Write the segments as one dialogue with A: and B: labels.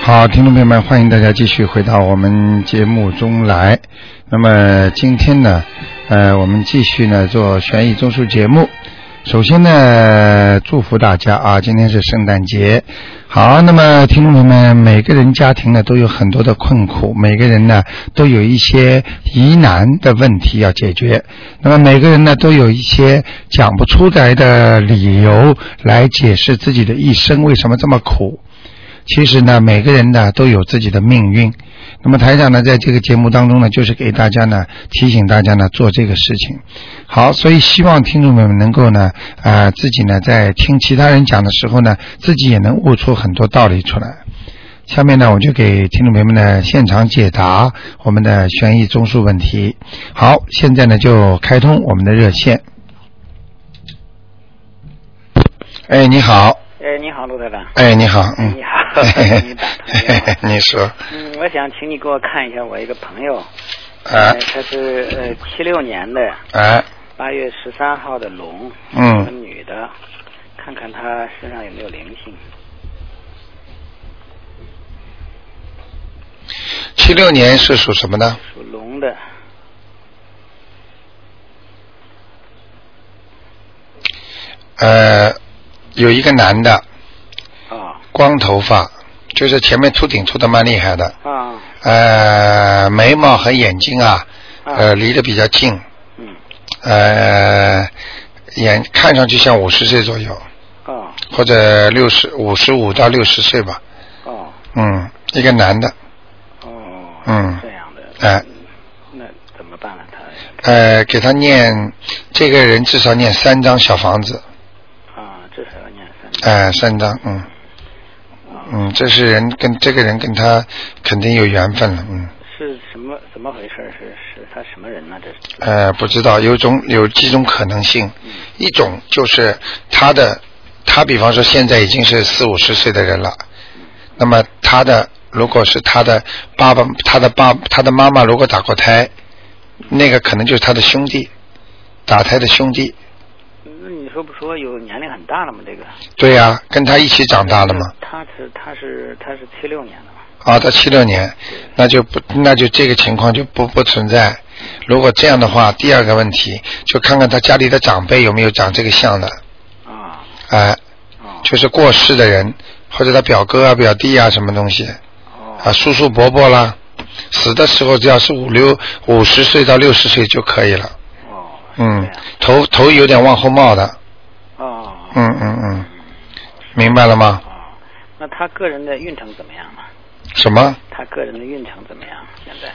A: 好，听众朋友们，欢迎大家继续回到我们节目中来。那么今天呢，呃，我们继续呢做悬疑综述节目。首先呢，祝福大家啊，今天是圣诞节。好，那么听众朋友们，每个人家庭呢都有很多的困苦，每个人呢都有一些疑难的问题要解决。那么每个人呢都有一些讲不出来的理由来解释自己的一生为什么这么苦。其实呢，每个人呢都有自己的命运。那么台长呢，在这个节目当中呢，就是给大家呢提醒大家呢做这个事情。好，所以希望听众朋友们能够呢，啊、自己呢在听其他人讲的时候呢，自己也能悟出很多道理出来。下面呢，我就给听众朋友们呢现场解答我们的悬疑综述问题。好，现在呢就开通我们的热线。哎，你好，
B: 哎，你好，陆台长。
A: 哎，你好，嗯，
B: 你好你打通电话
A: 你说，
B: 嗯，我想请你给我看一下我一个朋友，
A: 啊
B: 呃他是呃七六年的
A: 啊，
B: 八月十三号的龙，
A: 嗯
B: 是个女的，看看她身上有没有灵性。
A: 七六年是属什么呢？
B: 属龙的，
A: 呃，有一个男的，
B: 啊
A: 光头发，就是前面秃顶秃的蛮厉害的，
B: 啊
A: 呃，眉毛和眼睛啊，呃，
B: 啊，
A: 离得比较近，
B: 嗯，
A: 呃，眼看上去像五十岁左右，
B: 哦
A: 或者六十五十五到六十岁吧，
B: 哦
A: 嗯，一个男的，
B: 哦，
A: 嗯
B: 这样的，嗯
A: 哎
B: 那怎么办呢？啊他
A: 呃，给他念，这个人至少念三张小房子，
B: 啊，至少要念三
A: 哎、三张，嗯
B: 啊，
A: 嗯，这是人跟这个人跟他肯定有缘分了，嗯。
B: 是什么怎么回事？是是他什么人呢？这是嗯
A: 呃，不知道，有种有几种可能性，一种就是他的，他比方说现在已经是四五十岁的人了，那么他的如果是他的爸爸，他的爸，他的妈妈如果打过胎，那个可能就是他的兄弟，打胎的兄弟，
B: 那你说不说有年龄很大了吗？这个
A: 对呀、跟他一起长大的嘛，
B: 他是他是他是七六年的嘛？
A: 啊，他七六年，那就不，那就这个情况就不不存在。如果这样的话，第二个问题就看看他家里的长辈有没有长这个相的，
B: 啊
A: 哎、
B: 哦
A: 就是过世的人，或者他表哥啊、表弟啊什么东西啊，
B: 哦
A: 叔叔伯伯啦，死的时候只要是五六五十岁到六十岁就可以了。
B: 哦，是这
A: 嗯
B: 样，
A: 头头有点往后冒的，
B: 哦
A: 嗯嗯嗯，明白了吗？
B: 哦，那他个人的运程怎么样呢？啊
A: 什么？
B: 他个人的运程怎么样？啊现在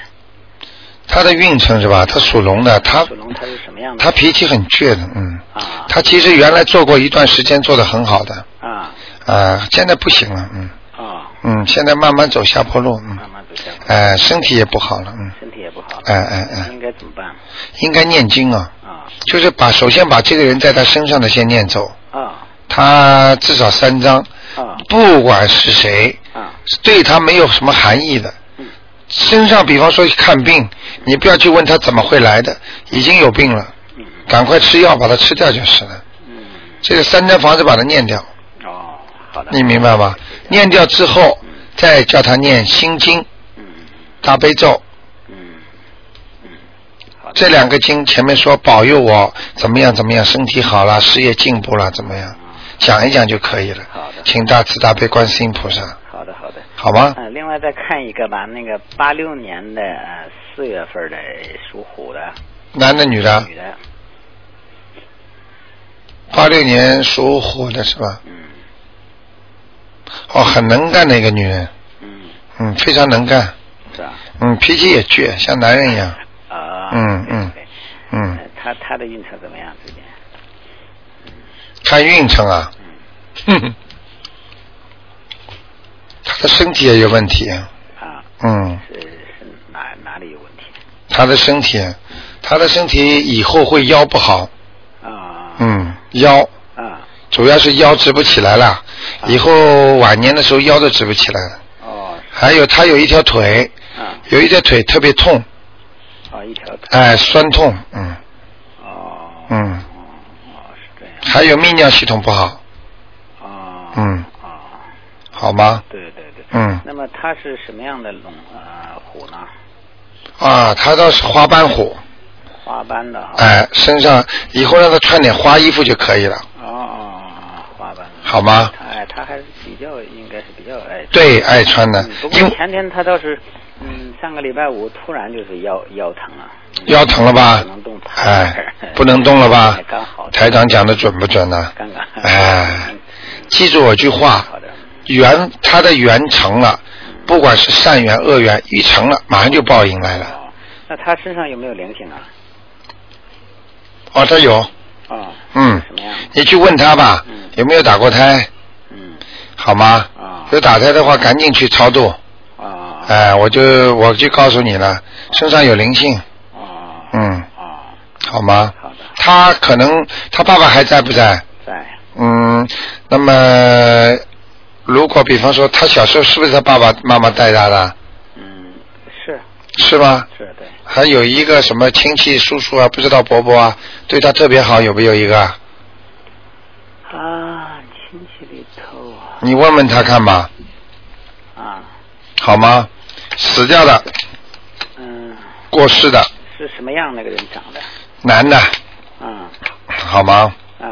A: 他的运程是吧？他属龙的，他
B: 属龙他是什么样的？
A: 他脾气很倔的，嗯，
B: 啊
A: 他其实原来做过一段时间做的很好的，
B: 啊
A: 啊，现在不行了，嗯
B: 哦，啊
A: 嗯，现在慢慢走下坡路，嗯，
B: 慢慢走下坡，
A: 哎，身体也不好了，嗯，
B: 身体也不好了，
A: 哎哎哎，
B: 应该怎么办？
A: 应该念经啊，
B: 啊
A: 就是把首先把这个人在他身上的先念走，
B: 啊
A: 他至少三张，
B: 啊
A: 不管是谁，
B: 啊
A: 对他没有什么含义的
B: 嗯。
A: 身上，比方说看病，你不要去问他怎么会来的，已经有病了，
B: 嗯
A: 赶快吃药把它吃掉就是了。
B: 嗯
A: 这个三张房子把它念掉，
B: 哦，好的，
A: 你明白吗？念掉之后，再叫他念心经、
B: 嗯
A: 大悲咒
B: 嗯嗯，好的
A: 这两个经，前面说保佑我怎么样怎么样，身体好了，事业进步了怎么样，
B: 啊
A: 讲一讲就可以了。
B: 好的
A: 请大慈大悲观世音菩萨，
B: 好的好的。
A: 好吗？
B: 嗯，另外再看一个吧，那个八六年的呃四月份的属虎的
A: 男的女的
B: 女，的，
A: 八六年属虎的是吧？
B: 嗯
A: 哦，很能干的一个女人，
B: 嗯，
A: 嗯，非常能干，
B: 是吧？
A: 嗯，脾气也倔，像男人一样，
B: 啊，
A: 嗯
B: 对
A: 嗯
B: 对
A: 嗯，
B: 呃她她的运程怎么样？最近？嗯
A: 看运程啊， 哼哼，她的身体也有问题，
B: 啊，
A: 嗯，
B: 是是哪哪里有问题？
A: 她的身体，她的身体以后会腰不好，
B: 啊，
A: 嗯，腰
B: 啊，
A: 主要是腰直不起来了，以后晚年的时候腰都直不起来了，
B: 哦，
A: 还有她有一条腿，
B: 啊，
A: 有一条腿特别痛，
B: 哦，一条腿，
A: 哎、酸痛，嗯
B: 哦，
A: 嗯，
B: 哦，哦，是这样，
A: 还有泌尿系统不好，
B: 哦，
A: 嗯，
B: 哦，
A: 好吗？
B: 对对对，
A: 嗯
B: 那么它是什么样的龙呃虎呢？
A: 啊，他倒是花斑虎，
B: 花斑的哈。
A: 哎、身上以后让他穿点花衣服就可以了，
B: 哦哦哦，花斑。
A: 好吗？
B: 它哎，它还是比较，应该是比较爱。
A: 对，爱穿的
B: 嗯。不，过
A: 因为
B: 前天它倒是，嗯，上个礼拜五突然就是腰腰疼了。
A: 腰疼了吧
B: 不能动弹。
A: 哎，不能动了吧
B: 哎刚好。
A: 台长讲的准不准呢、
B: 刚刚。
A: 哎
B: 嗯，
A: 记住我句话
B: 好的，嗯
A: 缘它的缘成了，不管是善缘恶缘，一成了，马上就报应来了。
B: 哦，那它身上有没有灵性啊？
A: 哦，他有，
B: 哦。
A: 嗯
B: 什么样？
A: 你去问他吧
B: 嗯，
A: 有没有打过胎，
B: 嗯。
A: 好吗？
B: 啊
A: 有打胎的话，赶紧去超度。
B: 啊。
A: 呃哎，我就我就告诉你了，身上有灵性，
B: 啊。
A: 嗯，
B: 啊，
A: 好吗？
B: 好的，
A: 他可能他爸爸还在不在？
B: 在。
A: 嗯，那么如果比方说他小时候是不是他爸爸妈妈带大的？
B: 嗯，是
A: 是吧？
B: 是，对。
A: 还有一个什么亲戚叔叔啊，不知道伯伯啊，对他特别好，有没有一个？
B: 啊，亲戚里头啊，
A: 你问问他看吧，
B: 啊，
A: 好吗？死掉的，
B: 嗯，
A: 过世的，
B: 是什么样那个人长的？
A: 男的，
B: 啊
A: 好吗？
B: 啊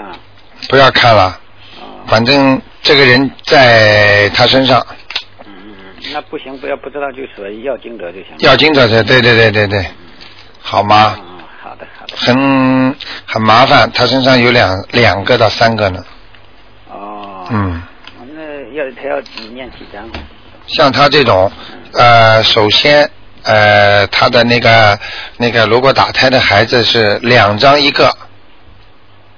A: 不要看了，
B: 啊，
A: 反正这个人在他身上，
B: 嗯嗯，嗯，那不行，不要不知道就说要经者就行了。
A: 要经者是，对对对对对，好吗？
B: 嗯，嗯好的好的。
A: 很很麻烦，他身上有两两个到三个呢。
B: 哦。。
A: 嗯，
B: 那要他要念几张？
A: 像他这种，呃，首先，呃，他的那个那个，如果打胎的孩子是两张一个，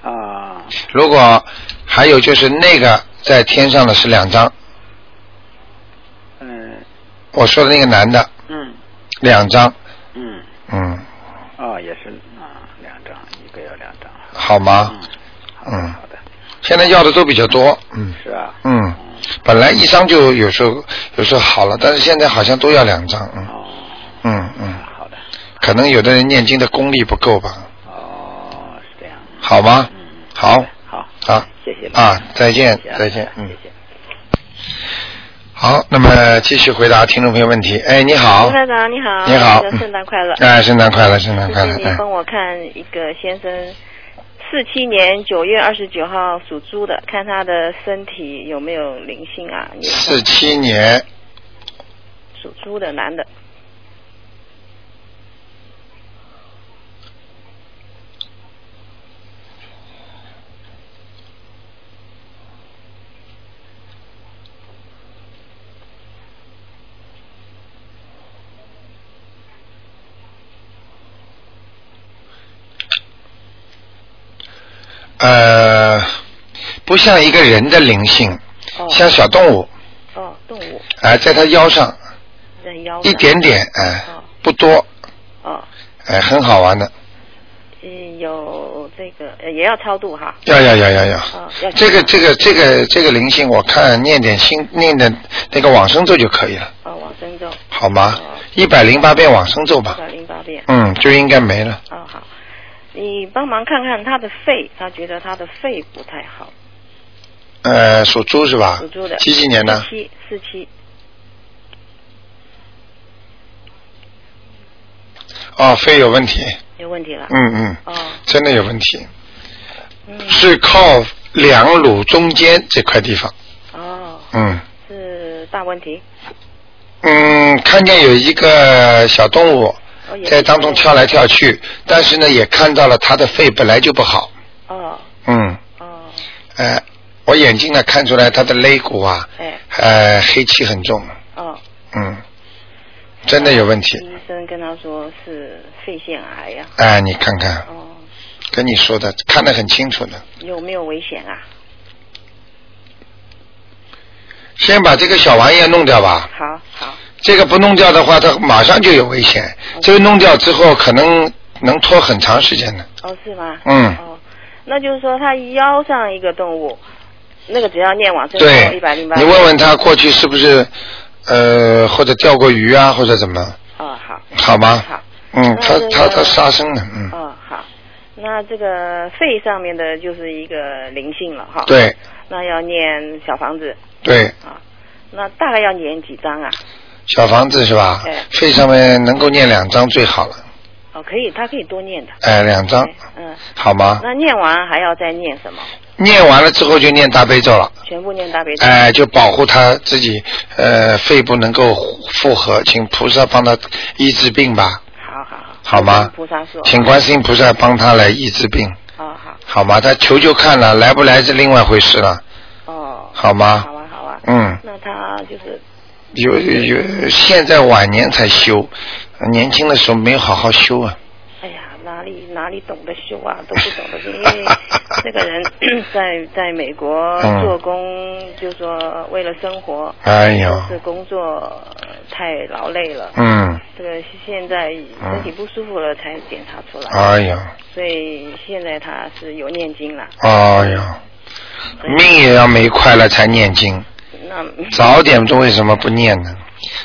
B: 啊
A: 如果还有就是那个在天上的是两张，
B: 嗯
A: 我说的那个男的
B: 嗯
A: 两张，
B: 嗯，
A: 嗯，
B: 哦也是啊，两张，一个要两张。
A: 好吗
B: 嗯？，好的
A: 嗯
B: 好的，
A: 现在要的都比较多，嗯
B: 是啊。
A: 嗯，本来一张就有时候有时候好了，但是现在好像都要两张，嗯
B: 哦，
A: 嗯嗯，
B: 好的。
A: 可能有的人念经的功力不够吧，
B: 哦，是这样。
A: 好吗？
B: 嗯，
A: 好，
B: 好，
A: 好，
B: 谢谢了
A: 啊，再见
B: 谢谢，啊
A: 再见，嗯
B: 谢，谢。
A: 好，那么继续回答听众朋友问题。哎，你好
C: 吴，台长你好，
A: 你好
C: 那个圣诞快乐！
A: 哎，圣诞快乐，圣诞
C: 谢
A: 快
C: 谢
A: 乐，
C: 您
A: 哎
C: 帮我看一个先生，四七年九月二十九号属猪的，看他的身体有没有灵性啊？有
A: 四七年，
C: 属猪的男的，
A: 呃，不像一个人的灵性，
C: 哦
A: 像小动物，
C: 哦，动物
A: 哎、在他腰上
C: 在腰上
A: 一点点，哎、
C: 哦
A: 不多，
C: 哦，
A: 哎、很好玩的，
C: 嗯，有这个呃也要超度哈，
A: 要要要要要。
C: 哦，要
A: 这个这个这个这个灵性，我看念点心念点那个往生咒就可以了，
C: 哦往生咒
A: 好吗
C: 哦？
A: 一百零八遍往生咒吧
C: 一，百零八遍，
A: 嗯，就应该没了。
C: 哦好，你帮忙看看他的肺，他觉得他的肺不太好，
A: 呃，属猪是吧？
C: 属猪的，
A: 几几年的
C: 四？七四七，
A: 哦，肺有问题。
C: 有问题了，
A: 嗯嗯，
C: 哦。
A: 真的有问题，
C: 嗯，
A: 是靠两乳中间这块地方。
C: 哦，
A: 嗯
C: 是大问题。
A: 嗯，看见有一个小动物
C: 哦也是
A: 在当中跳来跳去，但是呢，也看到了它的肺本来就不好。
C: 哦
A: 嗯，
C: 哦，
A: 呃，我眼睛呢看出来它的肋骨啊，
C: 哎
A: 呃，黑气很重。
C: 哦，
A: 嗯，真的有问题。
C: 医生跟他说是肺腺癌呀、
A: 哎、你看看，
C: 哦，
A: 跟你说的看得很清楚的。
C: 有没有危险啊？
A: 先把这个小玩意儿弄掉吧。
C: 好好
A: 这个不弄掉的话，它马上就有危险。
C: 嗯
A: 这个弄掉之后，可能能拖很长时间的。
C: 哦，是吗？
A: 嗯
C: 哦，那就是说他腰上一个动物，那个只要念往生咒
A: 对
C: 一百零八，，
A: 你问问他过去是不是呃，或者钓过鱼啊，或者怎么，
C: 哦好
A: 好吗？
C: 好
A: 嗯，他
C: 那这个
A: 他他杀生的，嗯，
C: 哦好，那这个肺上面的就是一个灵性了哈。。
A: 对
C: 那要念小房子
A: 对，
C: 啊，那大概要念几张啊？
A: 小房子是吧
C: 哎？
A: 肺上面能够念两张最好了，
C: 哦，可以，他可以多念的。
A: 哎，两张
C: 哎嗯，
A: 好吗？
C: 那念完还要再念什么？
A: 念完了之后就念大悲咒了，
C: 全部念大悲咒。
A: 哎，就保护他自己，呃，肺部能够复合，请菩萨帮他医治病吧，
C: 好好好。
A: 好吗
C: 菩萨说。
A: 请观世音菩萨帮他来医治病，
C: 哦好
A: 好吗？他求求看了，来不来是另外回事了，
C: 哦。
A: 好吗？
C: 好啊好啊。
A: 嗯，
C: 那他就是
A: 有有，现在晚年才修，年轻的时候没有好好修啊。
C: 哎呀，哪里哪里懂得修啊，都不懂 得修，因为这个人 在在美国
A: 嗯
C: 做工，就说为了生活，
A: 哎呦，
C: 是工作呃太劳累了。
A: 嗯，
C: 这个现在身体不舒服了才检查出来，
A: 哎呦，
C: 所以现在他是有念经了。
A: 哎呦，命也要没快了才念经，
C: 那嗯
A: 早点钟为什么不念呢？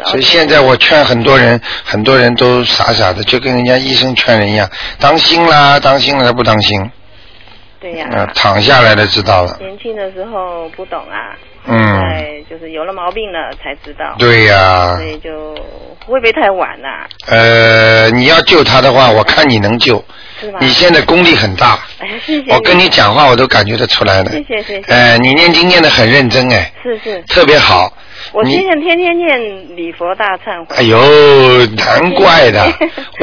A: 所以现在我劝很多人，很多人都傻傻的，就跟人家医生劝人一样，当心啦，当心了，不当心，
C: 对啊呀、
A: 呃，躺下来了知道了，
C: 年轻的时候不懂啊，
A: 嗯，
C: 哎，就是有了毛病了才知道，
A: 对啊呀、
C: 所以就会不会太晚啊了、
A: 呃，你要救他的话，我看你能救，
C: 是 吧？
A: 你现在功力很大，
C: 哎呀，谢谢，
A: 我跟你讲话我都感觉得出来了
C: 谢，谢谢谢，
A: 呃，你念经念得很认真哎，
C: 是是，
A: 特别好，
C: 我
A: 你
C: 现在天天念礼佛大忏悔，
A: 哎呦，难怪 的，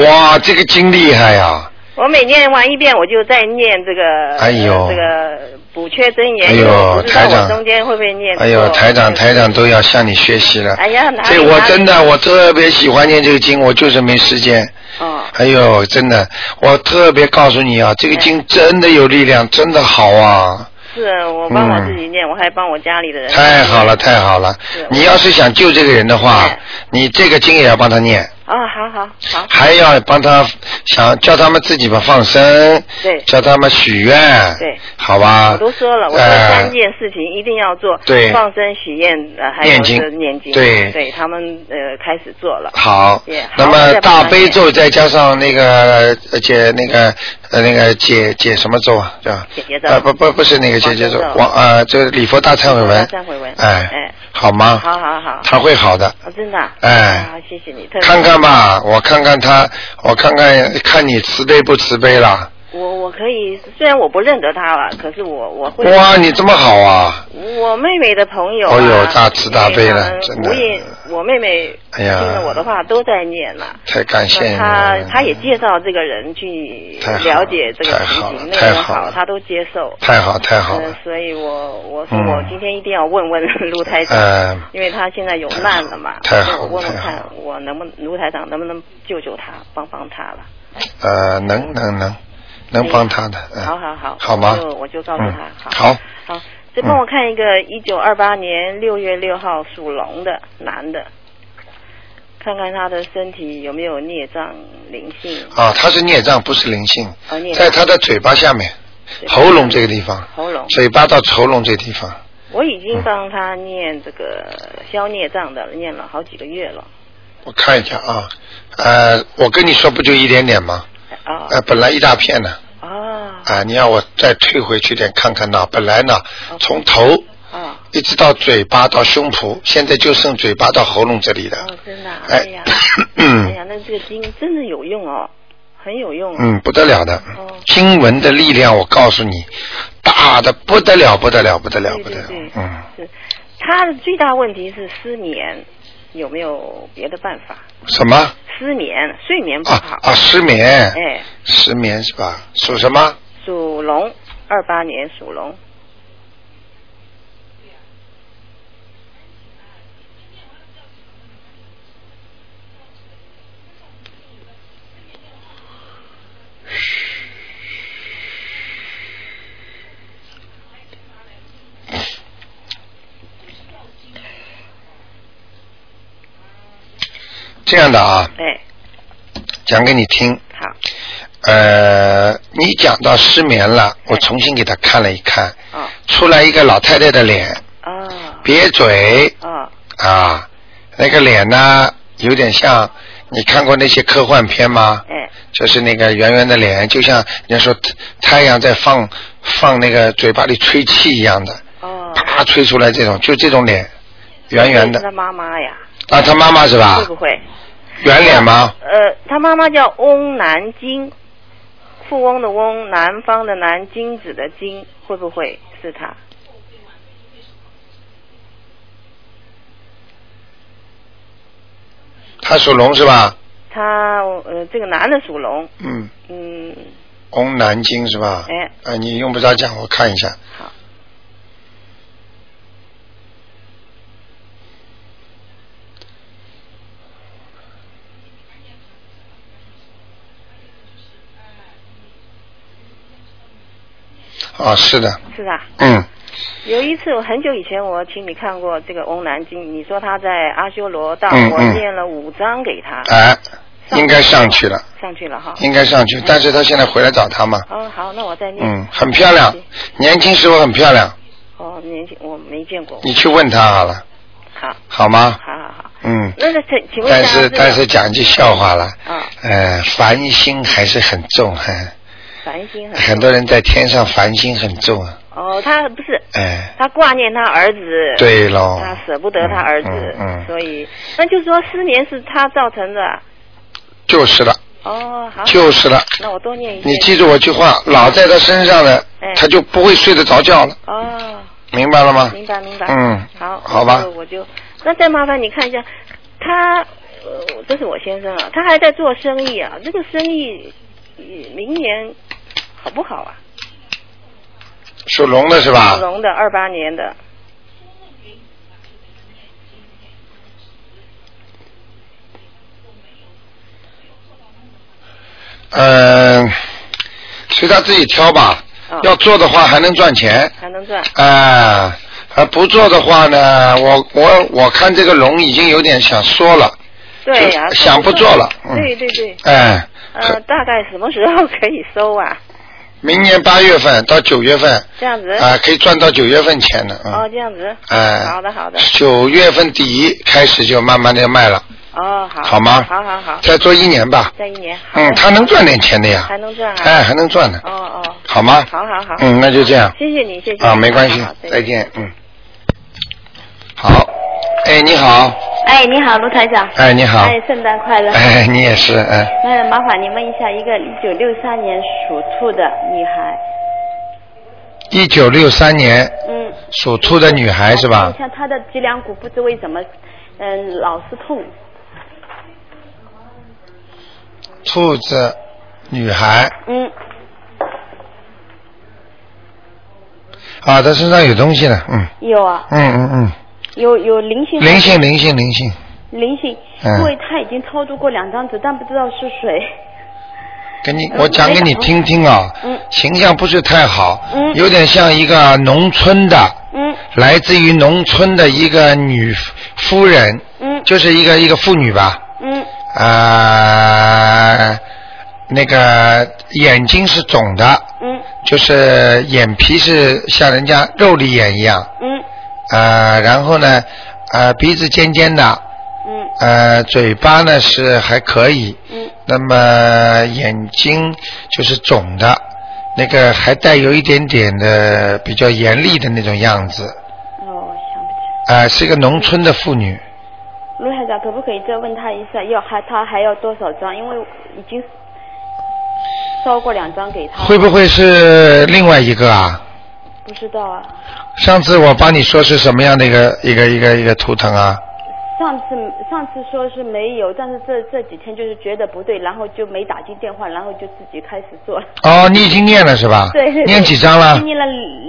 A: 哇，这个经厉害啊呀、
C: 我每念完一遍，我就再念这个，
A: 哎呦
C: 呃这个补缺真言，
A: 哎
C: 因
A: 呦
C: 为我不知道
A: 台长
C: 我中间会不会念错，
A: 哎呦，台长，
C: 对
A: 台长，都要向你学习了。
C: 哎呀，哪里
A: 这我真，
C: 哪
A: 的，我特别喜欢念这个经，我就是没时间。
C: 里哦，
A: 哎呦，真的，我特别告诉你啊，这个经真的有力量，真的好啊！
C: 是我帮我
A: 嗯
C: 自己念，我还帮我家里的人，
A: 太好了，太好了
C: 是！
A: 你要是想救这个人的话
C: 哎，
A: 你这个经也要帮他念，
C: 啊，好好好，
A: 还要帮他想叫他们自己吧放生，
C: 对
A: 叫他们许愿，
C: 对，
A: 好吧？
C: 我都说了，我说
A: 哎
C: 三件事情一定要做，
A: 呃对
C: 放生、许愿，呃，还
A: 念
C: 有
A: 经
C: 是念经，
A: 对
C: 对他们呃开始做了，
A: 好
C: 也好，
A: 那么
C: 再帮
A: 大
C: 他
A: 悲
C: 念
A: 咒再加上那个呃解那个呃那个解解什么咒啊？叫
C: 解结咒
A: 啊不不不是那个解结咒
C: 往生，咒
A: 往啊这个礼佛大忏悔文，
C: 忏悔文，
A: 哎
C: 哎，
A: 好吗？
C: 好好好，
A: 他会好的，
C: 哦真的啊，
A: 哎
C: 啊，谢谢你，特别
A: 看看吧，我看看他，我看看看你慈悲不慈悲啦。
C: 我我可以，虽然我不认得他了，可是我我会。
A: 哇，你这么好啊！
C: 我妹妹的朋友、啊，
A: 哎呦大慈大悲了
C: 因为他
A: 真
C: 们
A: 的
C: 我也，我妹妹
A: 哎呀
C: 听了我的话都在念了。
A: 太哎感谢你
C: 那她
A: 了，
C: 她呃也介绍这个人去
A: 太好了
C: 了解这个
A: 太
C: 情
A: 好了
C: 形，
A: 太
C: 那个
A: 好了
C: 她都接受。
A: 太好太好
C: 嗯
A: 了，，
C: 所以我我说
A: 嗯
C: 我今天一定要问 问卢台长，
A: 嗯
C: 因为他现在有难了嘛，
A: 太好
C: 所以我问问
A: 太好
C: 看我能不能卢台长能不能救救他，帮帮他了。
A: 呃，能能能能帮他的，嗯
C: 好好好，
A: 好吗
C: 我就？我就告诉他
A: 嗯，
C: 好，
A: 好，
C: 好，再
A: 嗯
C: 帮我看一个一九二八年六月六号属龙的男的，看看他的身体有没有孽障灵性，
A: 啊，他是孽障，不是灵性。
C: 哦，孽障
A: 在他的嘴巴下面，
C: 对哦
A: 喉咙这个地方，
C: 喉咙。
A: 嘴巴到喉咙这个地方，
C: 我已经帮他念这个消孽障的，念了好几个月了。
A: 我看一下啊，呃，我跟你说不就一点点吗？
C: 啊
A: 呃，本来一大片呢，
C: 啊
A: 啊、你让我再退回去点看看呢，本来呢，
C: 哦
A: 从头
C: 啊！
A: 一直到嘴巴到胸脯，现在就剩嘴巴到喉咙这里了
C: 哦，，真的啊，
A: 哎
C: 哎呀，哎
A: 嗯
C: 呀，那这个经真的有用哦，很有用哦。
A: 嗯，不得了的
C: 哦，
A: 经文的力量，我告诉你，大的不得了，不得了，不得了，
C: 对
A: 不得
C: 对
A: 了
C: 对，，
A: 嗯。
C: 是他的最大问题是失眠，有没有别的办法？
A: 什么
C: 失眠，睡眠不好
A: 啊。啊？失眠，
C: 哎，
A: 失眠是吧？属什么？
C: 属龙，二八年属龙。
A: 这样的啊，
C: 哎，
A: 讲给你听。
C: 好，
A: 呃，你讲到失眠了，
C: 对
A: 我重新给他看了一看，
C: 哦，
A: 出来一个老太太的脸，
C: 哦，
A: 瘪嘴
C: 哦，
A: 啊，那个脸呢，有点像你看过那些科幻片吗？
C: 哎，
A: 就是那个圆圆的脸，就像人家说太阳在放放那个嘴巴里吹气一样的，
C: 哦，
A: 啪吹出来这种，就这种脸，圆圆的
C: 是他妈妈呀，
A: 啊，他妈妈是吧
C: 会？不会？
A: 圆脸吗？
C: 呃，他妈妈叫翁南京，富翁的翁，南方的南，金子的金，会不会是他？
A: 他属龙是吧？
C: 他呃，这个男的属龙，
A: 嗯，
C: 嗯，
A: 翁南京是吧？
C: 哎，
A: 啊，你用不着讲，我看一下。
C: 好，
A: 啊，是的，
C: 是吧？
A: 嗯，
C: 有一次，我很久以前我请你看过这个翁南京，你说他在阿修罗道，
A: 嗯
C: 我
A: 嗯
C: 念了五张给他，
A: 哎，应该上去了，
C: 上去了哈。
A: 应该上
C: 嗯
A: 去，但是他现在回来找他嘛，
C: 哦，好，那我再念。
A: 嗯，很漂亮，年轻时候很漂亮，
C: 哦，年轻我没见过。
A: 你去问他好了，
C: 好，
A: 好吗？
C: 好好好。
A: 嗯，
C: 那个，请请问一
A: 但
C: 下，
A: 是但是讲句笑话了，
C: 啊，
A: 呃，烦心还是很重，
C: 嗯
A: 哈，
C: 烦心很
A: 很多人在天上烦心很重啊，
C: 哦，他不是
A: 哎，
C: 他挂念他儿子，，
A: 对喽，
C: 他舍不得他儿子，
A: 嗯嗯嗯
C: 所以那就说失眠是他造成的。
A: 就是了，
C: 哦，好，
A: 就是了，
C: 那我多念一些。
A: 你记住我句话，老在他身上的
C: 哎，
A: 他就不会睡得着觉了，
C: 哦，
A: 明白了吗？
C: 明白明白。
A: 嗯，
C: 好，
A: 好吧
C: 我就我就那再麻烦你看一下，他呃，这是我先生啊，他还在做生意啊，这个生意呃明年好不好啊？
A: 属龙的是吧？
C: 属龙的，二八年的，
A: 嗯，随他自己挑吧。
C: 啊、
A: 要做的话还能赚钱，
C: 还能赚。
A: 啊、而不做的话呢，我我我看这个龙已经有点想缩了，
C: 对呀、
A: 就想不做了嗯
C: 对对对，
A: 哎、
C: 呃，大概什么时候可以收啊？
A: 明年八月份到九月份，啊、
C: 这样子。
A: 可以赚到九月份钱的，嗯，
C: 嗯哦，这样子。
A: 哎
C: 好的，好的。
A: 九月份底开始就慢慢的卖了，
C: 哦，好。
A: 好吗
C: 好好好，
A: 再做一年吧，
C: 再一年。好的
A: 嗯，他能赚点钱的呀
C: 还，能赚啊？
A: 哎，还能赚的，
C: 哦哦，
A: 好吗？
C: 好好好。
A: 嗯，那就这样。
C: 谢谢你，谢谢你。
A: 啊，没关系
C: 好好，
A: 再见，嗯。好，哎，你好，
D: 哎，你好，卢台长。
A: 哎，你好，
D: 哎，圣诞快乐。
A: 哎，你也是，哎，
D: 那麻烦你问一下，一个一九六三年属兔的女孩，
A: 一九六三年
D: 嗯，
A: 属兔的女孩是吧？
D: 像她的脊梁骨不知为什么，嗯，老是痛。
A: 兔子女孩
D: 嗯，
A: 啊，她身上有东西了，嗯，
D: 有啊，
A: 嗯嗯
D: 有有灵性
A: 嗯，。灵性灵性灵性，
D: 灵性，
A: 嗯
D: 因为她已经操作过两张纸，但不知道是谁。
A: 给你
D: 嗯
A: 我讲给你听听啊
D: 嗯，
A: 形象不是太好，
D: 嗯
A: 有点像一个农村的，
D: 嗯
A: 来自于农村的一个女夫人，
D: 嗯
A: 就是一个一个妇女吧，
D: 嗯
A: 啊，那个眼睛是肿的，
D: 嗯
A: 就是眼皮是像人家肉里眼一样，
D: 嗯
A: 啊，然后呢，啊，鼻子尖尖的，
D: 嗯
A: 呃，嘴巴呢是还可以，
D: 嗯
A: 那么眼睛就是肿的，那个还带有一点点的比较严厉的那种样子，
D: 哦，想不起来。
A: 啊、是一个农村的妇女，
D: 卢台长，可不可以再问他一下，要还他还要多少张？因为已经烧过两张给他，
C: 哦
A: 会不会是另外一个啊？
D: 不知道啊。
A: 上次我帮你说是什么样的一个一个一个一个图腾啊？
D: 上次上次说是没有，但是这这几天就是觉得不对，然后就没打进电话，然后就自己开始做了。
A: 哦，你已经念了是吧？
D: 对对对。
A: 念几张了？
D: 念了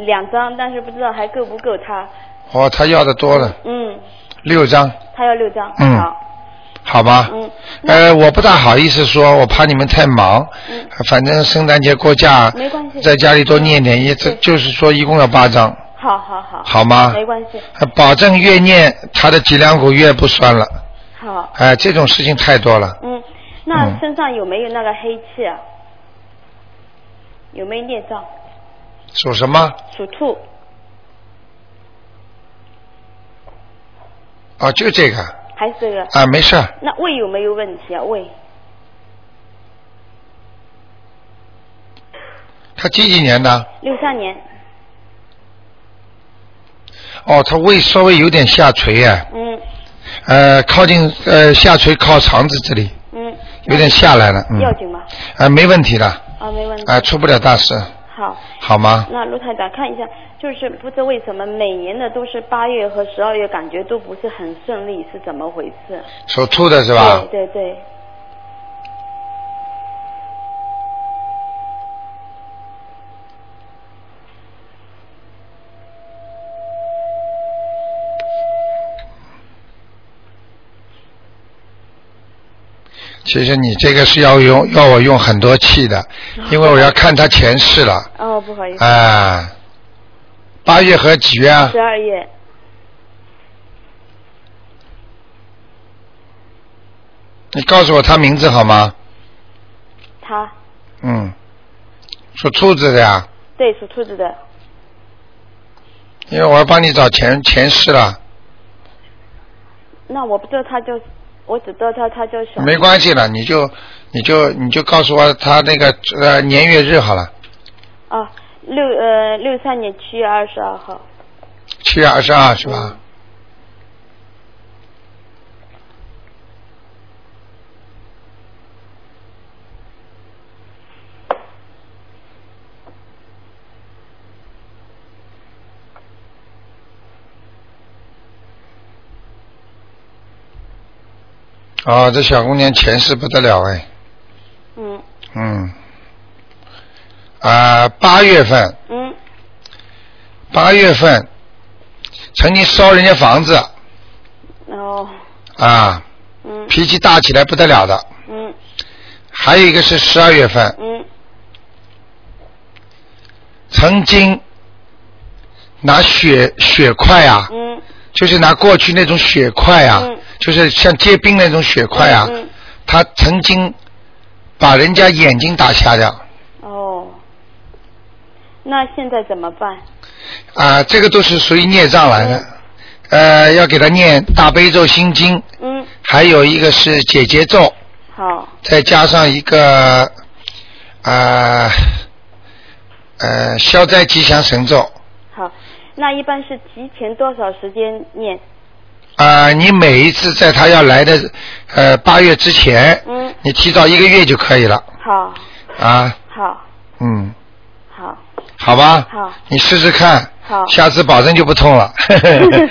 D: 两张，但是不知道还够不够他。
A: 哦，他要的多了，
D: 嗯，
A: 六张，
D: 他要六张。
A: 嗯
D: 好。
A: 好吧？
D: 嗯。
A: 呃，我不大好意思说，我怕你们太忙。
D: 嗯。
A: 反正圣诞节过假，
D: 没关系
A: 啊在家里多念念，也这
D: 对
A: 就是说一共要八张，
D: 好好好。
A: 好吗？
D: 没关系。
A: 呃保证越念他的脊梁骨越不酸了。
D: 好。
A: 哎、这种事情太多了。
D: 嗯，那
A: 嗯
D: 身上有没有那个黑气啊？有没有孽障？
A: 属什么？
D: 属兔。
A: 哦，就这个
D: 还是这个？
A: 啊，没事儿。
D: 那胃有没有问题啊？胃
A: 他几几年的？
D: 六三年，
A: 哦，他胃稍微有点下垂哎、
D: 嗯
A: 呃，靠近呃下垂靠肠子这里
D: 嗯，
A: 有点下来了，嗯，
D: 要
A: 啊、
D: 紧吗？
A: 没问题的，啊、
D: 啊，没问题。
A: 出不了大事，
D: 好，
A: 好吗？
D: 那卢台长看一下，就是不知为什么每年的都是八月和十二月，感觉都不是很顺利，是怎么回事？
A: 手吐的是吧？
D: 对对对，
A: 其实你这个是要用要我用很多气的，
D: 嗯
A: 因为我要看他前世了，
D: 哦，不好意思，
A: 啊，八月和几月啊
D: 十？二月，
A: 你告诉我他名字好吗？
D: 他
A: 嗯，属兔子的呀，
D: 对属兔子的，
A: 因为我要帮你找前前世了，
D: 那我不知道他叫，我只知道他他叫小，
A: 没关系了，你就你就你就告诉我他那个呃年月日好了，嗯
D: 啊，六呃六三年七月二十二号，
A: 七月二十二是吧？啊、这小姑娘前世不得了哎，
D: 嗯
A: 嗯，啊、八月份，
D: 嗯，
A: 八月份曾经烧人家房子
D: 然后
A: 啊，
D: 哦嗯
A: 脾气大起来不得了的。
D: 嗯
A: 还有一个是十二月份，
D: 嗯
A: 曾经拿血血块啊，
D: 嗯
A: 就是拿过去那种血块啊，
D: 嗯
A: 就是像结冰那种血块啊，
D: 嗯
A: 他曾经把人家眼睛打瞎掉
D: 哦，那现在怎么办？
A: 啊，这个都是属于孽障来的。呃，要给他念大悲咒心经，
D: 嗯，
A: 还有一个是解结咒，
D: 好，
A: 再加上一个啊呃消灾吉祥神咒
D: 好，那一般是提前多少时间念？
A: 啊、你每一次在他要来的呃八月之前，
D: 嗯，
A: 你提早一个月就可以了
D: 好，
A: 啊，
D: 好，
A: 嗯，
D: 好，
A: 好吧，
D: 好
A: 你试试看，
D: 好
A: 下次保证就不痛 了，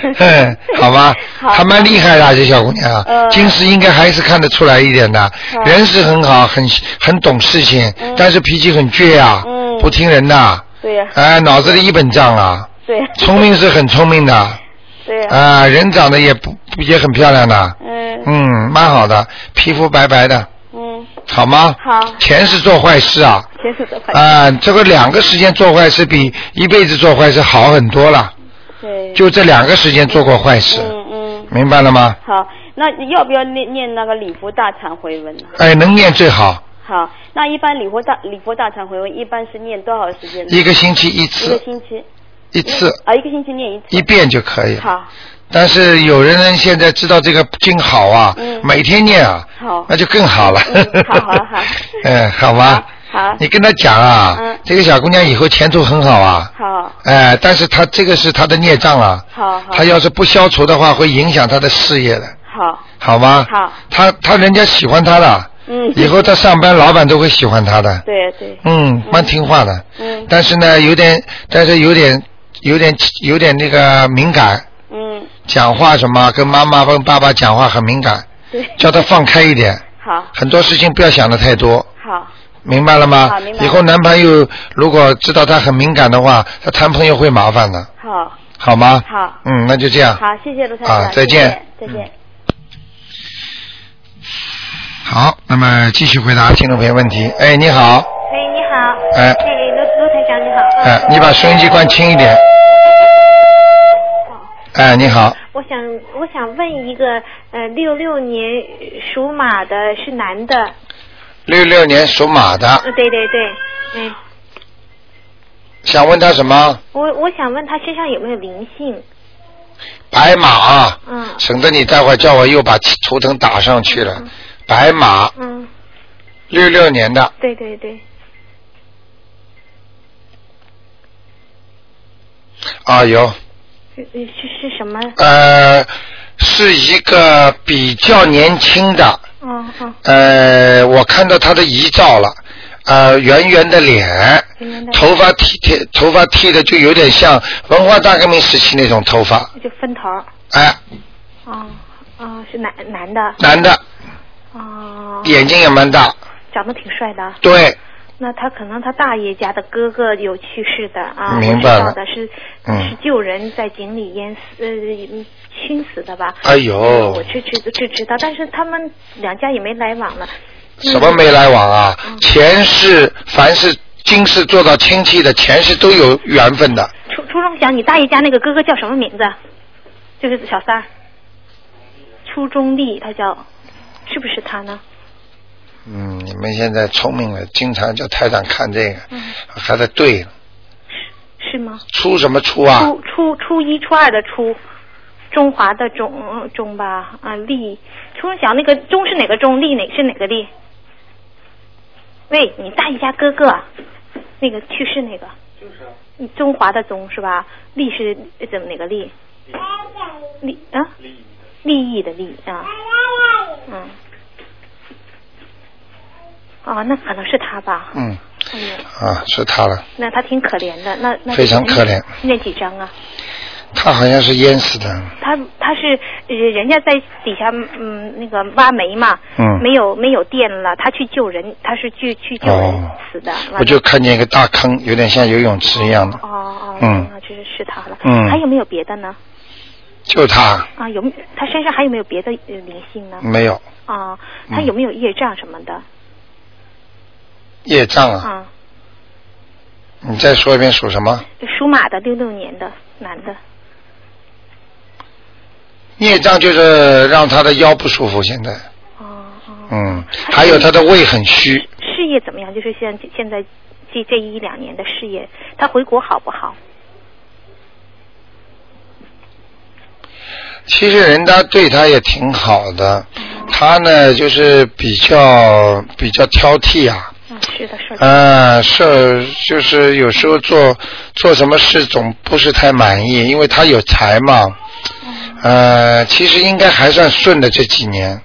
A: 好吧，
D: 好
A: 还蛮厉害的啊、这小姑娘啊，
D: 呃
A: 今时应该还是看得出来一点的，
D: 好
A: 人是很好，很很懂事情，
D: 嗯
A: 但是脾气很倔啊，
D: 嗯
A: 不听人的、
D: 对呀、
A: 哎，脑子里一本账啊，
D: 对呀、
A: 聪明是很聪明的，啊、
D: 嗯对呀、
A: 人长得也不也很漂亮的，
D: 嗯
A: 嗯，蛮好的，皮肤白白的，
D: 嗯，
A: 好吗？
D: 好
A: 前世做坏事啊，
D: 前世的话，
A: 啊、这个两个时间做坏事比一辈子做坏事好很多了，
D: 对，
A: 就这两个时间做过坏事，
D: 嗯嗯，
A: 明白了吗？
D: 好，那你要不要念念那个礼佛大忏悔文呢？
A: 哎，能念最好，
D: 好，那一般礼佛大礼佛大忏悔文一般是念多少时间呢？
A: 一个星期一
D: 一个
A: 次，
D: 星期
A: 一次
D: 啊，嗯一个星期念一次。
A: 一遍就可以了。
D: 好，
A: 但是有人呢现在知道这个经好啊，
D: 嗯
A: 每天念啊，
D: 好
A: 那就更好了。
D: 嗯好好 好
A: 嗯，好吧。
D: 好好
A: 你跟他讲啊，
D: 嗯
A: 这个小姑娘以后前途很好啊。
D: 好，
A: 哎，但是她这个是她的孽障啊，
D: 好好
A: 她要是不消除的话，会影响她的事业的，
D: 好，
A: 好吗？
D: 好。
A: 她她人家喜欢她的，
D: 嗯，
A: 以后她上班，老板都会喜欢她的。
D: 对对，
A: 嗯，蛮听话的。
D: 嗯
A: 但是呢，有点，但是有点，有点，有点那个敏感。
D: 嗯，
A: 讲话什么，跟妈妈跟爸爸讲话很敏感，
D: 对，
A: 叫他放开一点，
D: 好，
A: 很多事情不要想的太多，
D: 好，
A: 明白了吗
D: 好啊明？白
A: 以后男朋友如果知道他很敏感的话，他谈朋友会麻烦的，
D: 好，
A: 好吗？
D: 好
A: 嗯，那就这样。
D: 好，谢谢卢台
A: 啊
D: 长，
A: 再见嗯
D: 谢谢再见。
A: 好，那么继续回答听众朋友问题。哎，你好，
E: 喂，你好。
A: 哎
E: 哎，卢卢台长，你好。呃
A: 哎，你把收音机关轻一点。哎，你好，
E: 我想，我想问一个，呃，六六年属马的是男的，
A: 六六年属马的，
E: 呃，对对对，嗯，
A: 想问他什么？
E: 我我想问他身上有没有灵性？
A: 白马啊，
E: 嗯
A: 省得你待会儿叫我又把图腾打上去了。白马，
E: 嗯，
A: 六六年的，
E: 对对对，
A: 啊，有，
E: 呃是是什么？
A: 呃，是一个比较年轻的，
E: 哦哦，
A: 呃，我看到他的遗照了，呃，圆圆的脸
E: 圆圆的，脸
A: 头发剃剃，头发剃的就有点像文化大革命时期那种头发，
E: 就分头儿。
A: 哎，
E: 哦哦，是男男的。
A: 男的，
E: 哦。
A: 眼睛也蛮大，
E: 长得挺帅的。
A: 对，
E: 那他可能他大爷家的哥哥有去世的啊，
A: 明白了
E: 我知道的是、
A: 嗯
E: 是救人在井里淹死呃熏死的吧？
A: 哎呦
E: 嗯我知知知知道，但是他们两家也没来往了。嗯
A: 什么没来往啊？
E: 嗯
A: 前世凡是今世做到亲戚的，前世都有缘分的。
E: 初初中想你大爷家那个哥哥叫什么名字？就是小三儿，初中立他叫，是不是他呢？
A: 嗯，你们现在聪明了，经常叫台长看这个，
E: 嗯
A: 还在对呢，
E: 是吗？
A: 出什么出啊？
E: 初初初一初二的初，中华的中中吧啊立，初中小那个中是哪个中，立哪是哪个立？喂，你大姨家哥哥，那个去世那个，就是啊中华的中是吧？立是怎么哪个立？立啊，利益的利啊，嗯，哦，那可能是他吧。
A: 嗯，
E: 哎呦，
A: 啊，是他了，
E: 那他挺可怜的，那那
A: 非常可怜。
E: 那几张啊？
A: 他好像是淹死的。
E: 他他是呃人家在底下嗯那个挖煤嘛，
A: 嗯
E: 没有没有电了，他去救人，他是去去救人
A: 哦
E: 死的，完了
A: 我就看见一个大坑，有点像游泳池一样的，
E: 哦哦，
A: 嗯
E: 那就是是他了，
A: 嗯
E: 还有没有别的呢？
A: 就他
E: 啊，有没他身上还有没有别的呃灵性呢？
A: 没有
E: 啊，他
A: 嗯
E: 有没有业障什么的？
A: 业障啊。
E: 啊，
A: 你再说一遍属什么？
E: 属马的六六年的男的，
A: 业障就是让他的腰不舒服，现在，
E: 哦哦，
A: 嗯，还有他的胃很虚，
E: 事业怎么样？就是现现在这这一两年的事业，他回国好不好？
A: 其实人家对他也挺好的，他呢就是比较比较挑剔啊，
E: 嗯，是的，是的，
A: 啊，是就是有时候做做什么事总不是太满意，因为他有财嘛，
E: 嗯
A: 呃，其实应该还算顺的这几年，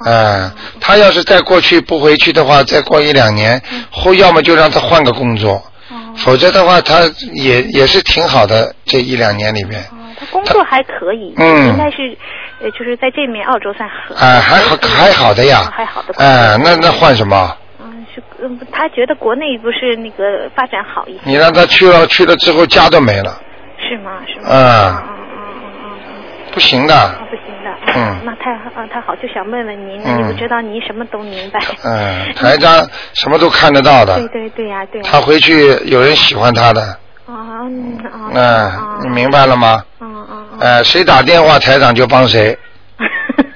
E: 哦
A: 啊、他要是再过去不回去的话，再过一两年，或要么就让他换个工作，
E: 哦。
A: 否则的话他也也是挺好的这一两年里面，
E: 哦，他工作还可以，
A: 嗯
E: 应该是，呃，就是在这面澳洲算合，
A: 啊、还好还好的呀
E: 啊，还好的
A: 哎、那那换什么？
E: 嗯，是，嗯，他觉得国内不是那个发展好一些，
A: 你让他去了，去了之后家都没了，
E: 是吗？是吗？
A: 啊
E: 嗯嗯嗯嗯嗯嗯，
A: 不行
E: 啊
A: 的，
E: 不行的，
A: 嗯
E: 那太好，嗯太好，就想问问您，
A: 嗯
E: 我知道您什么都明白，
A: 嗯，台长什么都看得到
E: 对
A: 的，
E: 对对呀对
A: 他
E: 呀，
A: 回去有人喜欢他的，
E: 啊嗯啊
A: 嗯，你明白了吗？
E: 嗯嗯嗯，
A: 呃，谁打电话台长就帮谁，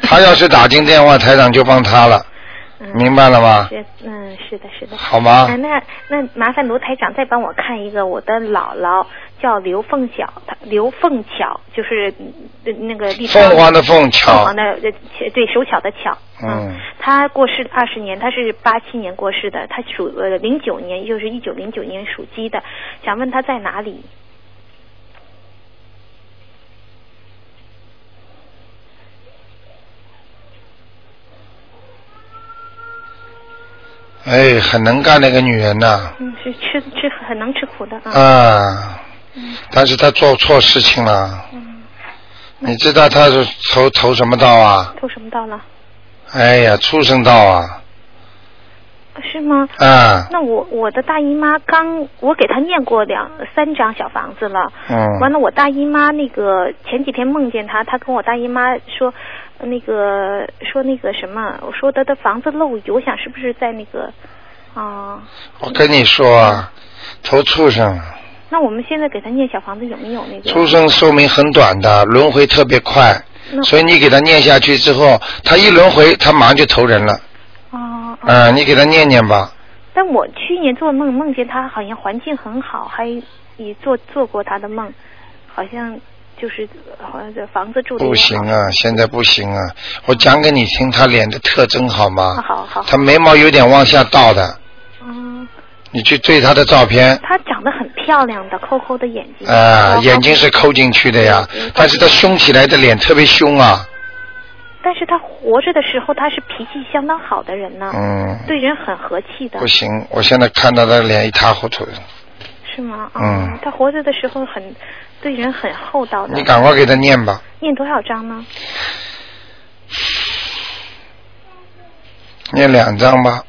A: 他要是打进电话台长就帮他了，
E: 嗯
A: 明白了吗？
E: 是嗯是的是的，
A: 好吗
E: 啊，？那那麻烦卢台长再帮我看一个，我的姥姥叫刘凤巧，她刘凤巧就是嗯那个立
A: 凤凰的凤，
E: 凤
A: 巧
E: 凰，的呃巧对手巧的巧，啊
A: 嗯，
E: 她过世二十年，她是八七年过世的，她属呃零九年，就是一九零九年属鸡的，想问她在哪里？
A: 哎，很能干的一个女人呐、
E: 嗯，是吃吃很能吃苦的啊。
A: 啊，但是她做错事情了，
E: 嗯，
A: 你知道她是投投什么道啊？
E: 偷什么到了？
A: 哎呀，畜生道啊！
E: 是吗？
A: 啊，
E: 那我我的大姨妈刚我给她念过两三张小房子了，
A: 嗯，
E: 完了，我大姨妈那个前几天梦见她，她跟我大姨妈说，呃那个说那个什么，我说她的房子漏雨，我想是不是在那个啊、
A: 我跟你说啊，投畜生，
E: 那我们现在给她念小房子有没有那个？
A: 畜生寿命很短的，轮回特别快，
E: 那
A: 所以你给他念下去之后，他一轮回，他马上就投人了。
E: 啊、啊
A: 啊，你给他念念吧，
E: 但我去年做梦梦见她好像环境很好，还也做做过她的梦，好像就是好像这房子住的
A: 不行啊，现在不行啊，我讲给你听他脸的特征好吗？
E: 好好好，
A: 他眉毛有点往下倒的，
E: 嗯，
A: 你去对他的照片，
E: 她长得很漂亮的抠抠的眼睛。
A: 啊，眼睛是抠进去的呀，但是他凶起来的脸特别凶啊，
E: 但是他活着的时候，他是脾气相当好的人呢，
A: 嗯，
E: 对人很和气的
A: 不，行，我现在看到他的脸一塌糊涂，
E: 是吗？啊
A: 嗯
E: 他活着的时候很对人很厚道的。
A: 你赶快给他念吧，
E: 念多少章呢？
A: 念两张吧，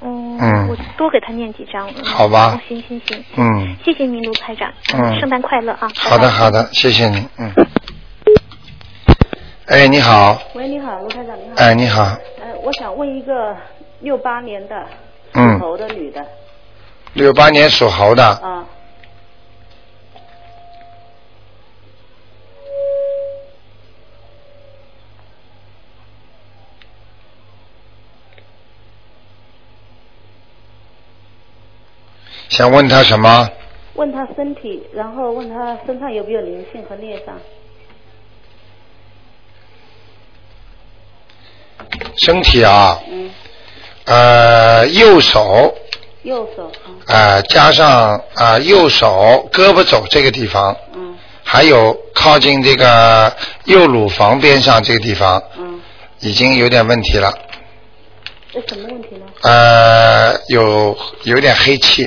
E: 嗯，
A: 嗯
E: 我多给他念几章。嗯
A: 好吧
E: 哦行行行，
A: 嗯，
E: 谢谢您，卢台长。
A: 嗯
E: 圣诞快乐啊！
A: 好
E: 拜
A: 的
E: 拜
A: 好的，谢谢你，嗯。哎，你好，
D: 喂，你好，卢台长，你好。
A: 哎，你好，
D: 呃，我想问一个六八年的属
A: 嗯
D: 猴的女的
A: 六八年属猴的，
D: 啊，
A: 想问他什么？
D: 问她身体，然后问她身上有没有灵性和孽障。
A: 身体啊，
D: 嗯，
A: 呃，右手
D: 右手啊，
A: 啊、呃加上啊、呃右手胳膊肘这个地方，
D: 嗯
A: 还有靠近这个右乳房边上这个地方，
D: 嗯，
A: 已经有点问题了，
D: 这什么问题呢？
A: 呃，有有点黑气。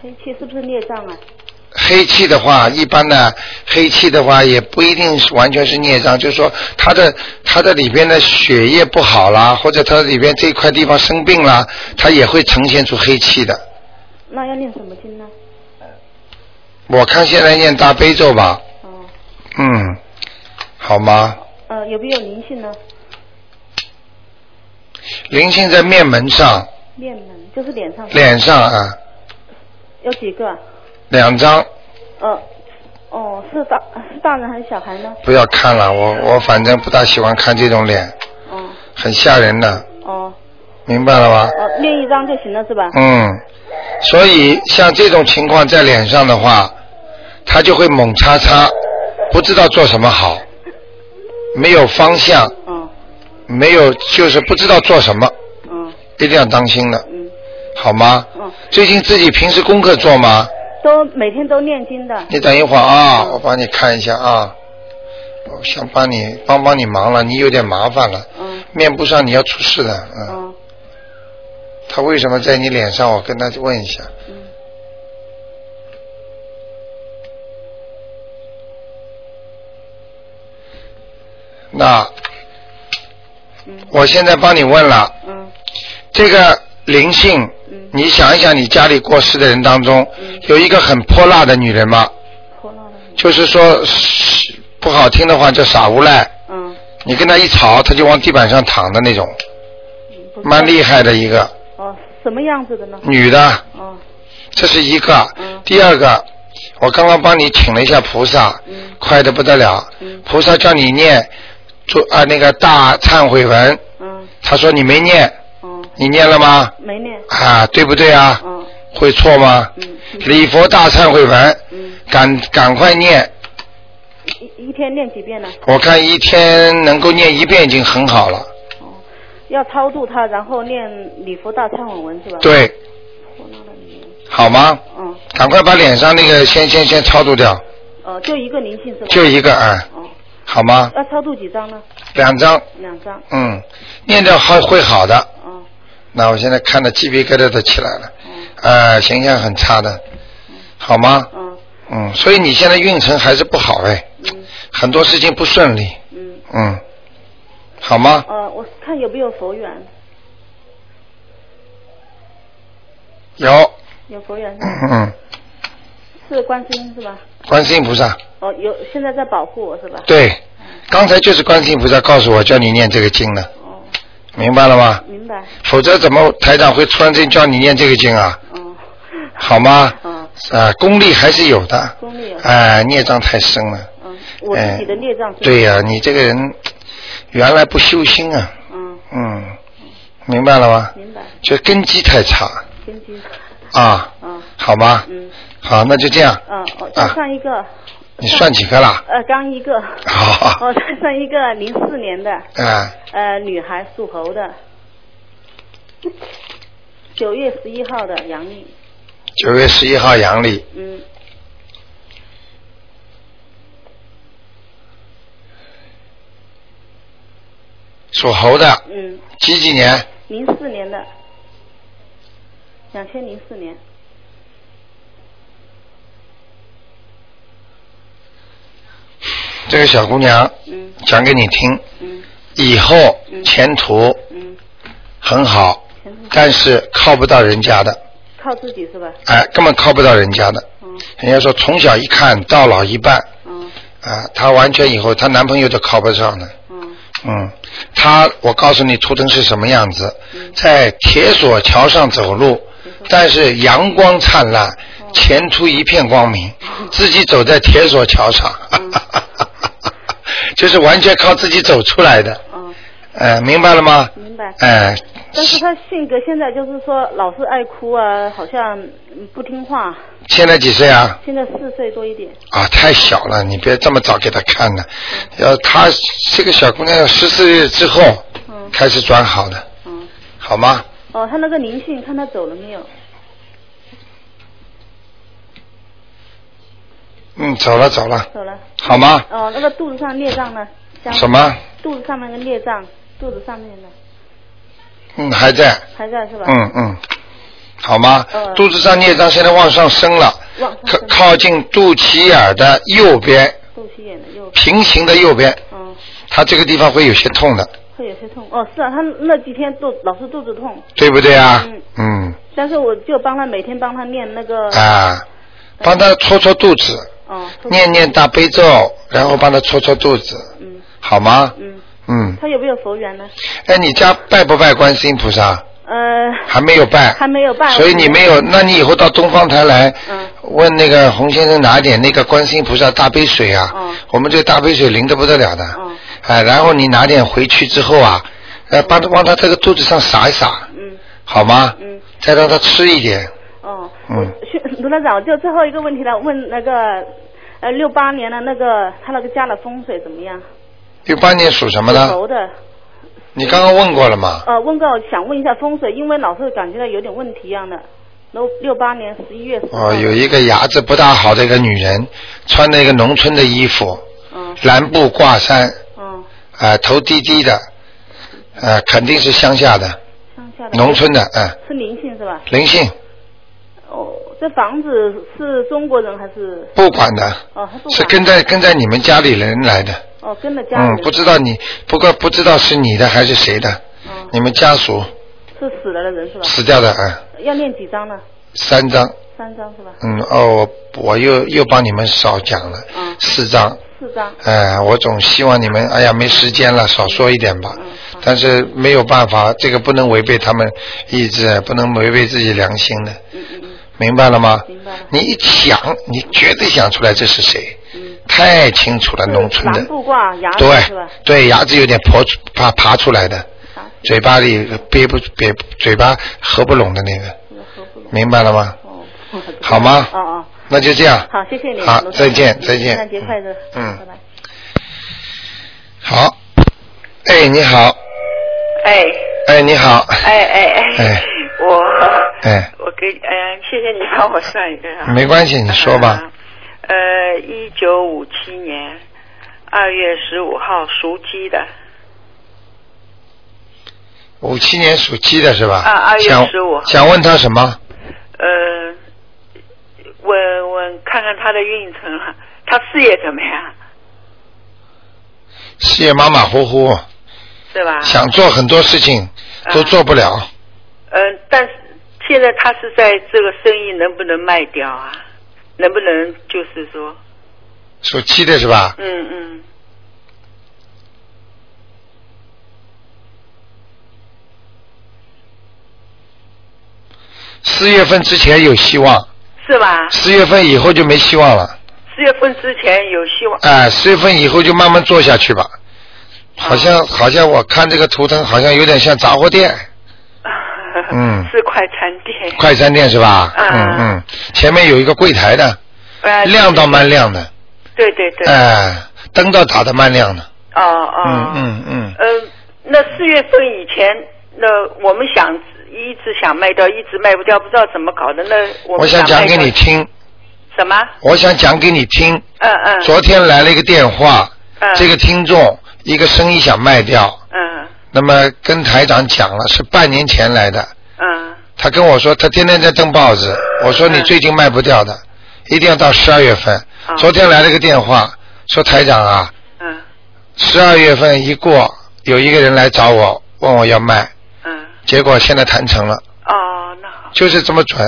D: 黑气哎是不是孽障啊？
A: 黑气的话，一般呢，黑气的话也不一定是完全是孽障，就是说它的它的里边的血液不好啦，或者它里边这块地方生病啦，它也会呈现出黑气的。
D: 那要念什么经呢？
A: 我看现在念大悲咒吧，
D: 哦，
A: 嗯，好吗？
D: 呃，有没有灵性呢？
A: 灵性在面门上、
D: 面门就是脸上
A: 脸上啊，
D: 有几个啊？
A: 两张
D: 呃，哦，是大是大人还是小孩呢？
A: 不要看了，我我反正不大喜欢看这种脸，
D: 哦
A: 很吓人的，
D: 哦
A: 明白了吗？
D: 哦，念一张就行了是吧？
A: 嗯，所以像这种情况在脸上的话，他就会猛擦擦，不知道做什么好，没有方向，
D: 嗯
A: 没有就是不知道做什么，
D: 嗯
A: 一定要当心了，
D: 嗯
A: 好吗？
D: 嗯，
A: 最近自己平时功课做吗？
D: 都每天都念经的。
A: 你等一会儿啊，我帮你看一下啊，我想帮你帮帮你忙了，你有点麻烦了，
D: 嗯
A: 面部上你要出事的，嗯，
D: 嗯
A: 他为什么在你脸上？我跟他问一下，
D: 嗯
A: 那
D: 嗯
A: 我现在帮你问了。
D: 嗯
A: 这个灵性，
D: 嗯，
A: 你想一想，你家里过世的人当中
D: 嗯，
A: 有一个很泼辣的女人吗？
D: 泼辣的你。
A: 就是说，不好听的话叫傻无赖，
D: 嗯
A: 你跟她一吵，她就往地板上躺的那种，
D: 嗯，不是
A: 蛮厉害嗯的一个
D: 哦，什么样子的呢？
A: 女的，
D: 哦
A: 这是一个
D: 嗯。
A: 第二个，我刚刚帮你请了一下菩萨，
D: 嗯
A: 快的不得了，
D: 嗯
A: 菩萨叫你念，做啊那个大忏悔文，
D: 嗯
A: 他说你没念，
D: 哦，
A: 你念了吗？
D: 没念。
A: 啊，对不对啊？
D: 哦
A: 会错吗？
D: 嗯
A: 礼佛大忏悔文，
D: 嗯，
A: 赶赶快念，
D: 一一天念几遍呢？
A: 我看一天能够念一遍已经很好了。
D: 哦，要超度他，然后念礼佛大忏悔文是吧？。哦
A: 对，
D: 泼辣的你。
A: 好吗？
D: 嗯
A: 赶快把脸上那个先先先超度掉，
D: 呃，就一个灵性是吧？
A: 就一个啊、
D: 哦，
A: 好吗？
D: 要超度几张呢？
A: 两张，
D: 两张。
A: 嗯，念掉好会好的。
D: 哦
A: 那我现在看的鸡皮疙瘩都起来了，
D: 哦
A: 呃，形象很差的，好吗？
D: 哦
A: 嗯，所以你现在运程还是不好哎，
D: 嗯
A: 很多事情不顺利，
D: 嗯。
A: 嗯，好吗？
D: 呃，我看有没有佛缘，
A: 有，
D: 有佛缘是吧
A: 嗯嗯，
D: 是观世音是吧？
A: 观世音菩萨。
D: 哦，有现在在保护我是吧？
A: 对，刚才就是观世音菩萨告诉我叫你念这个经的，
D: 哦，
A: 明白了吗？
D: 明白。
A: 否则怎么台长会突然间叫你念这个经啊？
D: 哦。
A: 好吗？
D: 嗯
A: 啊，功力还是有的，
D: 功力有啊
A: 哎、孽障太深了。
D: 嗯，我自己的孽障是
A: 哎
D: 吧
A: 对呀、你这个人原来不修心啊，
D: 嗯，
A: 嗯，明白了吗？
D: 明白。
A: 就根基太差
D: 心机。
A: 啊，
D: 嗯
A: 好吗？
D: 嗯
A: 好，那就这样。
D: 嗯，我再
A: 啊，
D: 上一个。
A: 你算几个啦？
D: 呃，刚一个。
A: 好
D: 我再上一个零四年的
A: 啊，
D: 呃女孩，属猴的，九月十一号的阳历。
A: 九月十一号阳历，
D: 嗯，
A: 属猴的，
D: 嗯，
A: 几几年？
D: 零四年的，两千零四年，
A: 这个小姑娘
D: 嗯
A: 讲给你听，
D: 嗯
A: 以后前途
D: 嗯，
A: 很好，
D: 全部
A: 但是靠不到人家的，
D: 靠自己是吧？
A: 哎，根本靠不到人家的。
D: 嗯
A: 人家说从小一看到老一半，
D: 嗯
A: 啊，她完全以后她男朋友都靠不上了。
D: 嗯
A: 嗯，她我告诉你图腾是什么样子，
D: 嗯
A: 在铁索桥上走路，但是阳光灿烂，前途一片光明，自己走在铁索桥上， 就是完全靠自己走出来的，
D: 嗯，
A: 呃，明白了吗？
D: 明白。
A: 哎、
D: 但是他性格现在就是说老是爱哭啊，好像嗯不听话。
A: 现在几岁啊？
D: 现在四岁多一点。
A: 啊，太小了，你别这么早给她看了，要她这个小姑娘十四岁之后
D: 嗯
A: 开始转好的，
D: 嗯。
A: 好吗？
D: 哦，他那个灵性，看他走了没有？
A: 嗯，走了走了，
D: 走了。
A: 好吗？
D: 哦，那个肚子上孽障呢？像
A: 什？么？
D: 肚子上面的孽障，肚子上面的
A: 嗯，还在。
D: 还在是吧？。
A: 嗯嗯，好吗？
D: 嗯
A: 肚子上孽障现在往上升了，
D: 往上
A: 靠
D: 升
A: 靠近肚脐眼儿的右边，
D: 肚脐眼的右。
A: 平行的右边，
D: 嗯，
A: 它这个地方会有些痛的，
D: 会有些痛。哦，是啊，他那几天肚老是肚子痛，
A: 对不对啊
D: 嗯？
A: 嗯
D: 但是我就帮他每天帮他念那个。。
A: 啊，帮他搓搓肚子，
D: 哦。肚子
A: 念。念大悲咒，然后帮他搓搓肚子，
D: 嗯
A: 好吗？
D: 嗯，
A: 嗯，
D: 他有没有佛缘呢？
A: 哎，你家拜不拜观世音菩萨？
D: 呃，
A: 还没有拜，
D: 还没有拜。
A: 所以你没有，那你以后到东方台来，
D: 嗯
A: 问那个洪先生拿点那个观世音菩萨大杯水啊，
D: 嗯
A: 我们这大杯水灵的不得了的，
D: 嗯
A: 哎，然后你拿点回去之后啊，呃，帮他往他这个肚子上撒一撒，
D: 嗯
A: 好吗？
D: 嗯
A: 再让他吃一点，
D: 哦，
A: 嗯
D: 我去卢台长，就最后一个问题了，问那个呃六八年的那个他那个家的风水怎么样？
A: 六八年属什么呢？
D: 猴的，
A: 你刚刚问过了嘛？
D: 呃，问过想问一下风水，因为老是感觉到有点问题一样的。六六八年十一月十号。
A: 哦，有一个牙子不大好的一个女人，穿了一个农村的衣服，
D: 嗯
A: 蓝布挂衫，
D: 嗯，
A: 啊、头低低的，呃，肯定是乡下的，
D: 乡下的。
A: 农村的，嗯、
D: 是灵性是吧？
A: 灵性
D: 哦，这房子是中国人还是？
A: 不管的，
D: 哦，他不管。
A: 是跟在跟在你们家里人来的，
D: 哦跟着家
A: 嗯
D: 人。，
A: 不知道你，不过不知道是你的还是谁的，
D: 嗯
A: 你们家属
D: 是死了的人是吧？
A: 死掉的啊，
D: 要念几张呢？
A: 三张，
D: 三张是吧？
A: 嗯，哦，我我又又帮你们少讲了，
D: 嗯
A: 四张，
D: 四张。
A: 哎，我总希望你们，哎呀，没时间了，少说一点吧
D: 嗯好，
A: 但是没有办法，这个不能违背他们意志，啊不能违背自己良心的，
D: 嗯嗯嗯，
A: 明白了吗？
D: 明白了。
A: 你一想，你绝对想出来这是谁，
D: 嗯。
A: 太清楚了，农村
D: 蓝
A: 的，
D: 布挂牙齿是
A: 对
D: 吧？
A: 对，牙齿有点爬出爬爬出来的，
F: 啊
D: 牙齿
A: 嘴巴里憋不憋不，嘴巴合不拢的那个，
D: 这个合不拢。
A: 明白了吗？
D: 哦，
A: 嗯好吗
D: 哦哦，
A: 那就这样，
D: 好，谢谢你，
A: 好
D: 罗
A: 再
D: 先生
F: 嗯
A: 见再见
D: 圣诞节快乐，
A: 嗯
D: 拜拜。
A: 好，哎，你好，
G: 哎
A: 哎，你 好，
G: 哎哎
A: 哎
G: 哎， 我
A: 哎，
G: 我给呃，谢谢你帮我算一个啊。
A: 没关系，你说吧，
G: 呃，一九五七年二月十五号属鸡的
A: 五七年属鸡的是吧？
G: 啊2月
A: 想
G: 15号
A: 想问他什么？
G: 呃，我我看看他的运程了，他事业怎么样，
A: 事业马马虎虎，
G: 啊是吧？
A: 想做很多事情都
G: 啊
A: 做不了，
G: 嗯、但是现在他是在这个生意能不能卖掉啊？能不能就是说，
A: 属鸡的是吧？
G: 嗯嗯，
A: 四月份之前有希望，
G: 是吧？
A: 四月份以后就没希望了。
G: 四月份之前有希望。
A: 哎，四月份以后就慢慢做下去吧。好
G: 嗯
A: 像好像我看这个图腾，好像有点像杂货店、 嗯
G: 是快餐店。
A: 快餐店是吧？
G: 嗯
A: 嗯嗯，前面有一个柜台的，
G: 呃
A: 亮倒蛮亮的，
G: 对对对。
A: 哎，灯倒打的蛮亮的。
G: 哦哦。
A: 嗯嗯嗯，
G: 呃，那四月份以前，那我们想一直想卖掉，一直卖不掉，不知道怎么搞的。那我
A: 我
G: 们
A: 想讲
G: 卖
A: 给
G: 掉
A: 你听，
G: 什么？
A: 我想讲给你听。
G: 嗯嗯。
A: 昨天来了一个电话，
G: 嗯
A: 这个听众一个生意想卖掉，
G: 嗯
A: 那么跟台长讲了，是半年前来的。
G: 嗯，
A: 他跟我说他天天在登报纸，我说你最近卖不掉的，一定要到十二月份。
G: 哦
A: 昨天来了个电话，说台长啊，
G: 嗯
A: 十二月份一过，有一个人来找我，问我要卖，
G: 嗯，
A: 结果现在谈成了，
G: 哦，那好，
A: 就是这么准。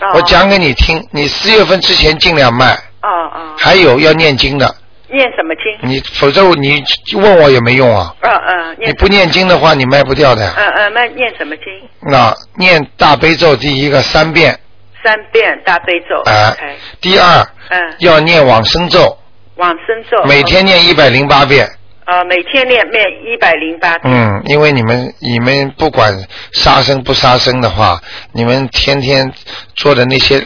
G: 哦
A: 我讲给你听，你四月份之前尽量卖，
G: 哦哦，
A: 还有要念经的，
G: 念什么经？
A: 你否则你问我也没用啊。
G: 嗯嗯，
A: 你
G: 念
A: 不念经的话，你卖不掉的呀。
G: 嗯嗯，那念什么经？
A: 那念大悲咒第一个三遍，
G: 三遍大悲咒，
A: 啊、
G: 哎，
A: 第二
G: 嗯，
A: 要念往生咒，
G: 往生咒，
A: 每天念一百零八遍。
G: 呃，每天念念一百零八，
A: 嗯，因为你们你们不管杀生不杀生的话，你们天天做的那些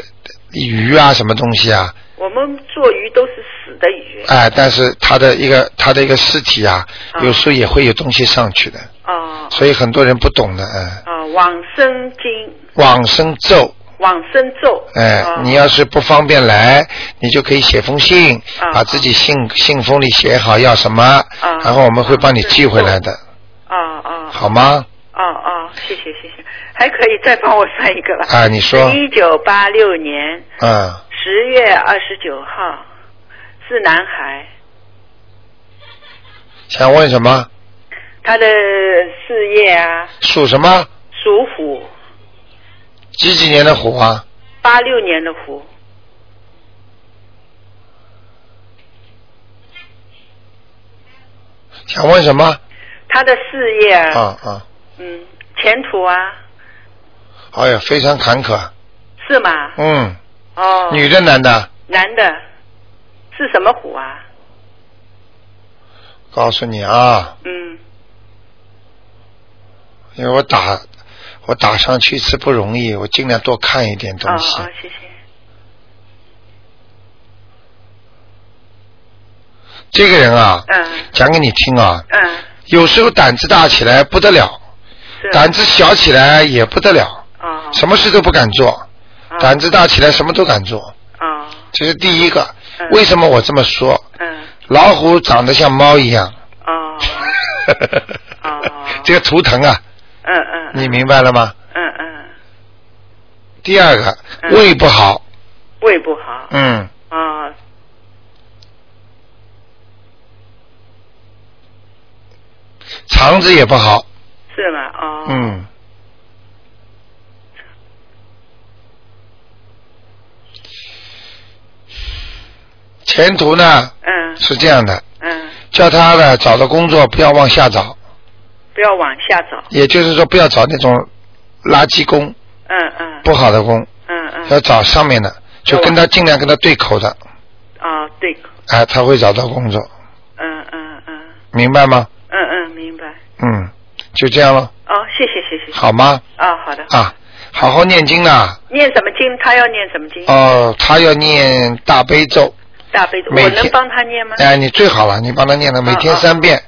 A: 鱼啊什么东西啊，
G: 我们做鱼都是死的鱼，
A: 哎，但是它的一个它的一个尸体啊，
G: 啊
A: 有时候也会有东西上去的，
G: 哦
A: 所以很多人不懂的，嗯，
G: 哦，往生经，
A: 往生咒。
G: 往生咒，
A: 哎，
G: 哦
A: 你要是不方便来，你就可以写封信，
G: 啊
A: 把自己信信封里写好要什么，
G: 啊
A: 然后我们会帮你寄回来的，
G: 哦哦
A: 好吗？
G: 哦哦，谢谢谢谢，还可以再帮我算一个吧，
A: 啊，你说，
G: 一九八六年
A: 嗯，
G: 十月二十九号是男孩，
A: 想问什么？
G: 他的事业啊，
A: 属什么？
G: 属虎，
A: 几几年的虎啊？
G: 八六年的虎，
A: 想问什么？
G: 他的事业
A: 啊啊，
G: 嗯，前途啊，
A: 哎呀，非常坎坷。
G: 是吗？
A: 嗯，
G: 哦，
A: 女的男的？
G: 男的是什么虎啊？
A: 告诉你啊，
G: 嗯，
A: 因为我打我打上去一次不容易，我尽量多看一点
G: 哦
A: 东西。
G: 哦，谢谢。
A: 这个人啊，
G: 嗯
A: 讲给你听啊，
G: 嗯，
A: 有时候胆子大起来不得了，
G: 是啊
A: 胆子小起来也不得了，
G: 哦，
A: 什么事都不敢做，
G: 哦
A: 胆子大起来什么都敢做，
G: 哦，
A: 这是第一个。
G: 嗯
A: 为什么我这么说？
G: 嗯
A: 老虎长得像猫一样，
G: 哦，哦
A: 这个图腾啊，
G: 嗯嗯，
A: 你明白了吗？
G: 嗯嗯，
A: 第二个，
G: 嗯
A: 胃不好，
G: 胃不好，
A: 嗯，
G: 哦
A: 肠子也不好，
G: 是吗？哦，
A: 嗯。前途呢
G: 嗯
A: 是这样的，
G: 嗯，
A: 叫他呢找的工作不要往下找，
G: 不要往下找，
A: 也就是说不要找那种垃圾工、
G: 嗯嗯，
A: 不好的工，
G: 嗯嗯，
A: 要找上面的，就跟他尽量跟他对口的，
G: 哦对，
A: 哎，他会找到工作，
G: 嗯嗯嗯
A: 明白吗？
G: 嗯嗯，明白。
A: 嗯，就这样了，
G: 哦，谢谢谢谢。
A: 好吗？
G: 啊，好的。
A: 啊，好好念经啦。
G: 念什么经？他要念什么经？
A: 哦，他要念大悲咒，
G: 大悲咒，
A: 每
G: 我
A: 天
G: 能帮他念吗？
A: 哎，你最好了，你帮他念了，每天
G: 啊啊
A: 三遍，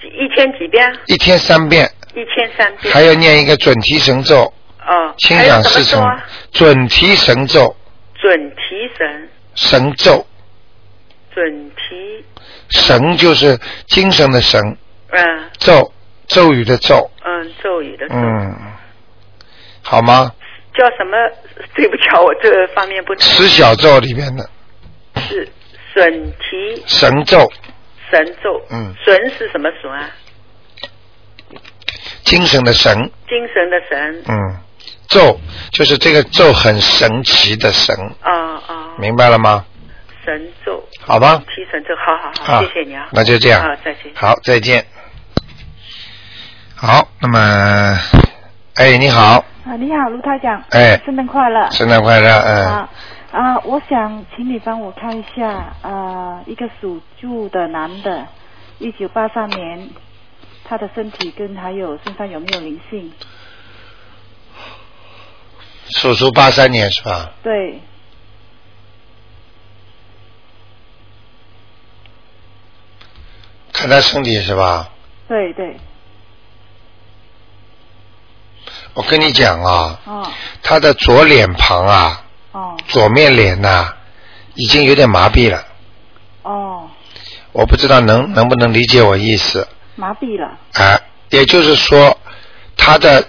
G: 几一天几遍？啊
A: 一天三遍，
G: 一天三遍。
A: 还要念一个准提神咒，
G: 哦，
A: 心
G: 还
A: 想
G: 有什
A: 事成
G: 么咒啊？，
A: 准提神咒，
G: 准提神，
A: 神咒，
G: 准提，
A: 神就是精神的神，
G: 嗯
A: 咒咒语的咒，
G: 嗯，咒语的咒，
A: 嗯，好吗？
G: 叫什么？ 对不起啊，我这方面不懂。
A: 十小咒里面的
G: 是准提
A: 神咒，
G: 神咒。
A: 嗯
G: 神是什么神啊？
A: 精神的神，
G: 精神的神。
A: 嗯，咒就是这个咒很神奇的神，
G: 啊啊，
A: 明白了吗？
G: 神咒，
A: 好吧，
G: 提神咒，好好
A: 啊
G: 好，谢谢你啊。
A: 那就这样
G: 啊，再见。
A: 好，再见。好，那么，哎，你好，
F: 啊，你好，卢台长。
A: 哎
F: 圣诞快乐。
A: 圣诞快乐，嗯
F: 啊啊，我想请你帮我看一下，呃，一个属猪的男的，一九八三年，他的身体跟还有身上有没有灵性？
A: 属猪八三年是吧？
F: 对，
A: 看他身体是吧？
F: 对对，
A: 我跟你讲啊，
F: 哦
A: 他的左脸庞啊，
F: 哦
A: 左面脸呐、已经有点麻痹了，
F: 哦，
A: 我不知道能能不能理解我意思
F: 麻痹了。
A: 啊？也就是说，他的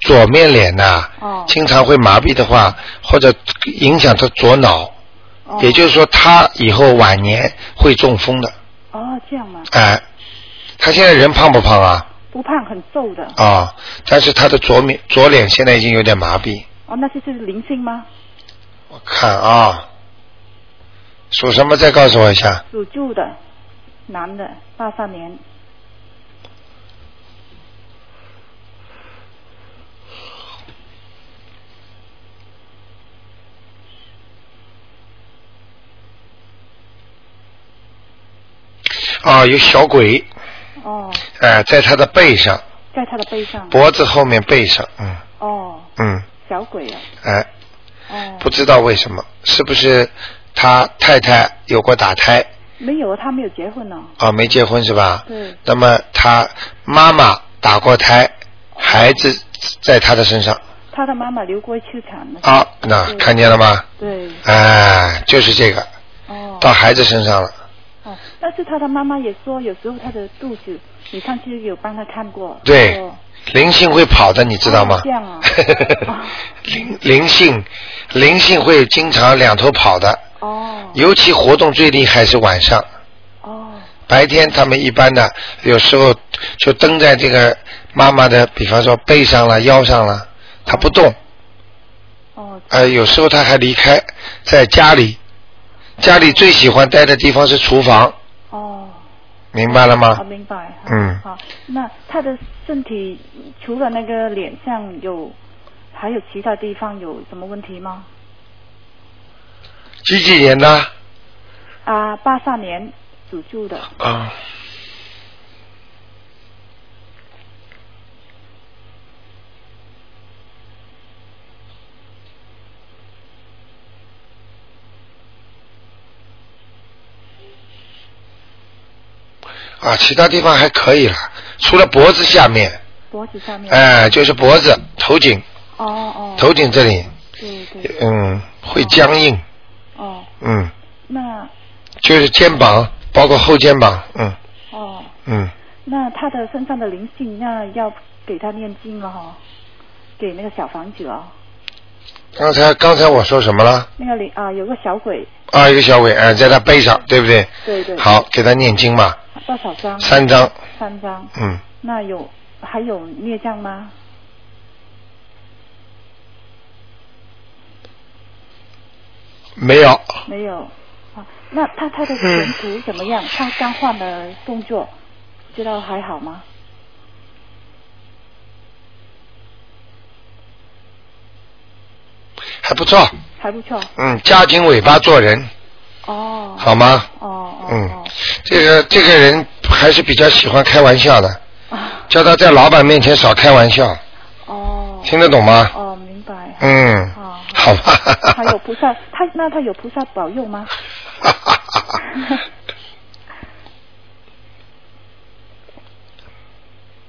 A: 左面脸呐、
F: 哦
A: 经常会麻痹的话，或者影响他左脑，
F: 哦
A: 也就是说，他以后晚年会中风的。
F: 哦，这样嘛，
A: 哎、他现在人胖不胖啊？
F: 不胖很皱的。
A: 啊、但是他的左面左脸现在已经有点麻痹。
F: 哦，那就是灵性吗？
A: 我看啊，属什么？再告诉我一下。
F: 属猪的，男的，八三年。
A: 啊，有小鬼，
F: 哦，
A: 哎、在他的背上、
F: 在他的背上。
A: 脖子后面背上，嗯
F: 哦，
A: 嗯，
F: 小鬼啊。
A: 哎、
F: 哦。
A: 不知道为什么，是不是他太太有过打胎
F: 没有，啊他没有结婚呢。
A: 啊？没结婚是吧？
F: 对。
A: 那么他妈妈打过胎，孩子在他的身上
F: 哦他的妈妈留过秋产的。
A: 啊，那
F: 对
A: 看见了吗？
F: 对。
A: 哎、就是这个，
F: 哦。
A: 到孩子身上了。
F: 哦，但是他的妈妈也说，有时候他的肚子，你上次有帮他看过。
A: 对
F: 哦
A: 灵性会跑的，你知道吗
F: 哦这样啊哦？
A: 灵灵性，灵性会经常两头跑的，
F: 哦
A: 尤其活动最厉害是晚上。
F: 哦
A: 白天他们一般的有时候就蹬在这个妈妈的，比方说背上了、腰上了，他不动。
F: 哦
A: 呃，有时候他还离开，在家里，家里最喜欢待的地方是厨房，
F: 哦，
A: 明白了
F: 我
A: 吗？
F: 明白。好
A: 啊嗯
F: 好，那他的身体除了那个脸上有，还有其他地方有什么问题吗？
A: 几几年的？
F: 啊，八三年属猪的。
A: 啊。啊，其他地方还可以了，除了脖子下面，
F: 脖子上面。
A: 哎、就是脖子、头颈、
F: 哦嗯哦。
A: 头颈这里，
F: 对对。
A: 嗯，会僵硬，
F: 哦，
A: 嗯，
F: 那
A: 就是肩膀，包括后肩膀，嗯
F: 哦，
A: 嗯，
F: 那他的身上的灵性，那要给他念经了哈、给那个小房子哦，
A: 刚才刚才我说什么了？
F: 那个灵啊、有个小鬼，
A: 啊，一个小鬼，哎、在他背上，对不对？
F: 对对。
A: 好，给他念经嘛，
F: 多少张？
A: 三张，
F: 三张。
A: 嗯，
F: 那有还有孽障吗？
A: 没有，
F: 没有。啊，那他他
A: 嗯
F: 的前途怎么样？他刚换了工作，知道还好吗？
A: 还不错，
F: 还不错。
A: 嗯，夹紧尾巴做人，
F: 哦。
A: 好吗？
F: 哦哦
A: 嗯
F: 哦。，
A: 这个这个人还是比较喜欢开玩笑的，
F: 啊
A: 叫他在老板面前少开玩笑，
F: 哦
A: 听得懂吗？
F: 哦，明白。
A: 嗯，
F: 好
A: 好吧。
F: 还有菩萨，他那他有菩萨保佑吗？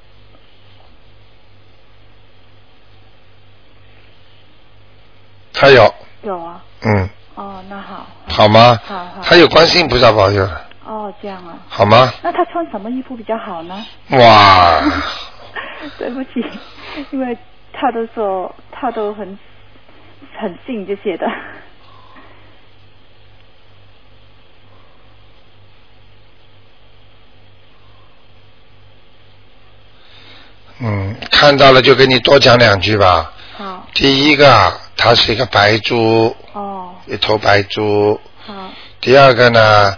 A: 他有，
F: 有啊。
A: 嗯，
F: 哦，那好。
A: 好吗？
F: 好好
A: 他有观世音菩萨保佑，
F: 哦，这样啊。
A: 好吗？
F: 那他穿什么衣服比较好呢？
A: 哇，
F: 对不起，因为他都说他都很很信这些的。
A: 嗯，看到了就跟你多讲两句吧。
F: 好，
A: 第一个，它是一个白猪，
F: 哦，
A: 一头白猪。
F: 好，
A: 第二个呢，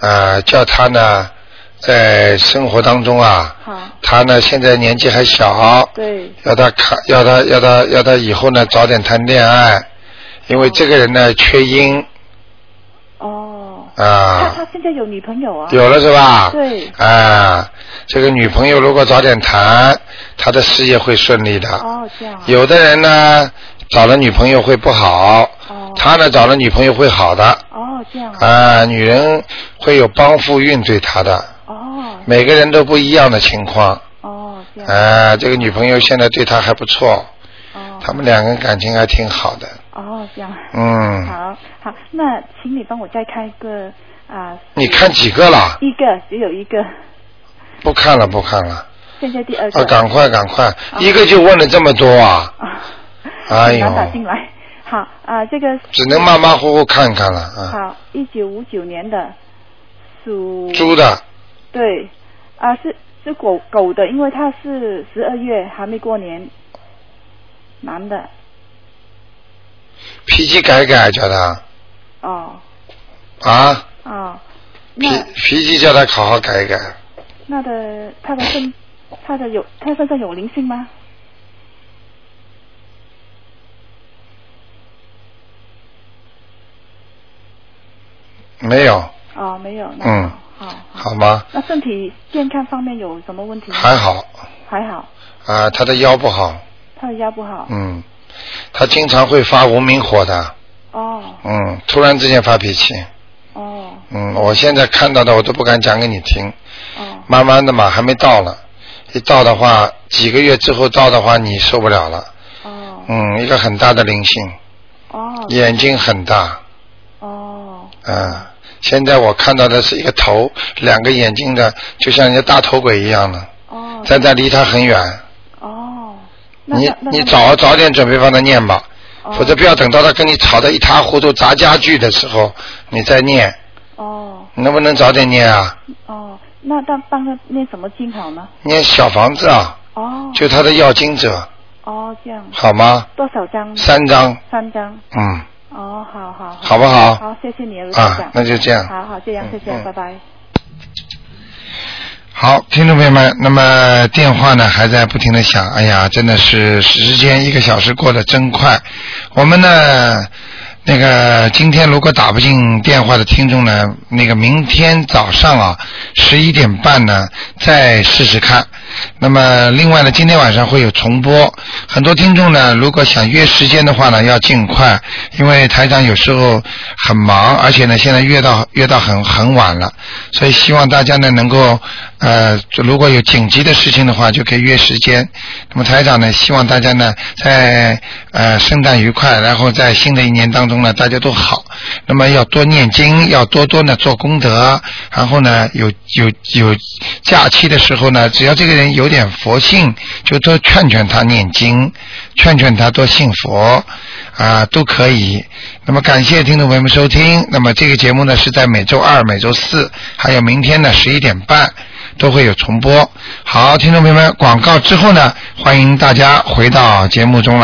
A: 呃，叫他呢，在生活当中啊，
F: 好，
A: 他呢现在年纪还小，
F: 对，
A: 要他看，要他要他要他以后呢早点谈恋爱，因为这个人呢缺阴
F: 哦，他
A: 啊，
F: 他现在有女朋友啊？
A: 有了是吧？
F: 对
A: 啊，这个女朋友如果早点谈，他的事业会顺利的。
F: 哦，这样啊。
A: 有的人呢找了女朋友会不好，
F: 哦
A: 他呢找了女朋友会好的。
F: 哦，这样啊。
A: 啊，女人会有帮扶运对他的，
F: 哦，
A: 每个人都不一样的情况。
F: 哦，这样。
A: 啊，这个女朋友现在对他还不错，
F: 哦，
A: 他们两个人感情还挺好的。
F: 哦，这样。
A: 嗯，
F: 好，好，那请你帮我再看一个啊。
A: 你看几个了？
F: 一个，只有一个。
A: 不看了，不看了。
F: 现在第二个。
A: 啊，赶快赶快，一个就问了这么多啊，
F: 啊，
A: 哎
F: 很难打
A: 呦，
F: 进来。好啊，这个
A: 只能马马虎虎看看了啊。
F: 好，一九五九年的属
A: 猪的，
F: 对啊是是狗狗的，因为它是十二月还没过年，男的
A: 脾气改改叫他
F: 哦
A: 啊，
F: 哦，
A: 脾
F: 那
A: 脾气叫他好好改一改。
F: 那的他 的身他的有他身上有灵性吗？
A: 没有，
F: 哦，没有。那
A: 嗯
F: 好，好好。
A: 好吗？
F: 那身体健康方面有什么问题吗？
A: 还好
F: 还好，
A: 啊，他的腰不好，
F: 他的腰不好。
A: 嗯，他经常会发无名火的，
F: 哦
A: 嗯，突然之间发脾气，
F: 哦
A: 嗯，我现在看到的我都不敢讲给你听，
F: 哦
A: 慢慢的嘛，还没到了，一到的话，几个月之后到的话，你受不了了，
F: 哦
A: 嗯，一个很大的灵性，
F: 哦
A: 嗯眼睛很大，
F: 哦
A: 嗯，现在我看到的是一个头，两个眼睛的，就像人家大头鬼一样的，
F: 哦
A: 但在离他很远，
F: 哦。那
A: 你
F: 那那
A: 你
F: 他
A: 早早点准备帮他念吧，
F: 哦
A: 否则不要等到他跟你吵得一塌糊涂砸家具的时候，你再念，
F: 哦
A: 你能不能早点念啊？
F: 哦，那那帮他念什么经好呢？
A: 念小房子啊，
F: 哦
A: 就他的要经者，
F: 哦，这样
A: 好吗？
F: 多少张？
A: 三张，
F: 三张。
A: 嗯，
F: 哦，好好好。
A: 好不好？
F: 好，谢谢你，卢台
A: 啊
F: 长。，
A: 那就这样。
F: 好好，这样，谢谢
A: 嗯嗯，
F: 拜拜。
A: 好，听众朋友们，那么电话呢还在不停的响，哎呀，真的是时间一个小时过得真快。我们呢，那个今天如果打不进电话的听众呢，那个明天早上啊十一点半呢再试试看。那么另外呢，今天晚上会有重播，很多听众呢如果想约时间的话呢，要尽快，因为台长有时候很忙，而且呢现在约到约到很很晚了。所以希望大家呢能够呃，就如果有紧急的事情的话，就可以约时间。那么台长呢，希望大家呢在呃圣诞愉快，然后在新的一年当中呢，大家都好。那么要多念经，要多多呢做功德，然后呢有有有假期的时候呢，只要这个人有点佛性，就多劝劝他念经，劝劝他多信佛啊，都可以。那么感谢听众朋友们收听。那么这个节目呢是在每周二、每周四，还有明天呢十一点半都会有重播。好，听众朋友们，广告之后呢，欢迎大家回到节目中来。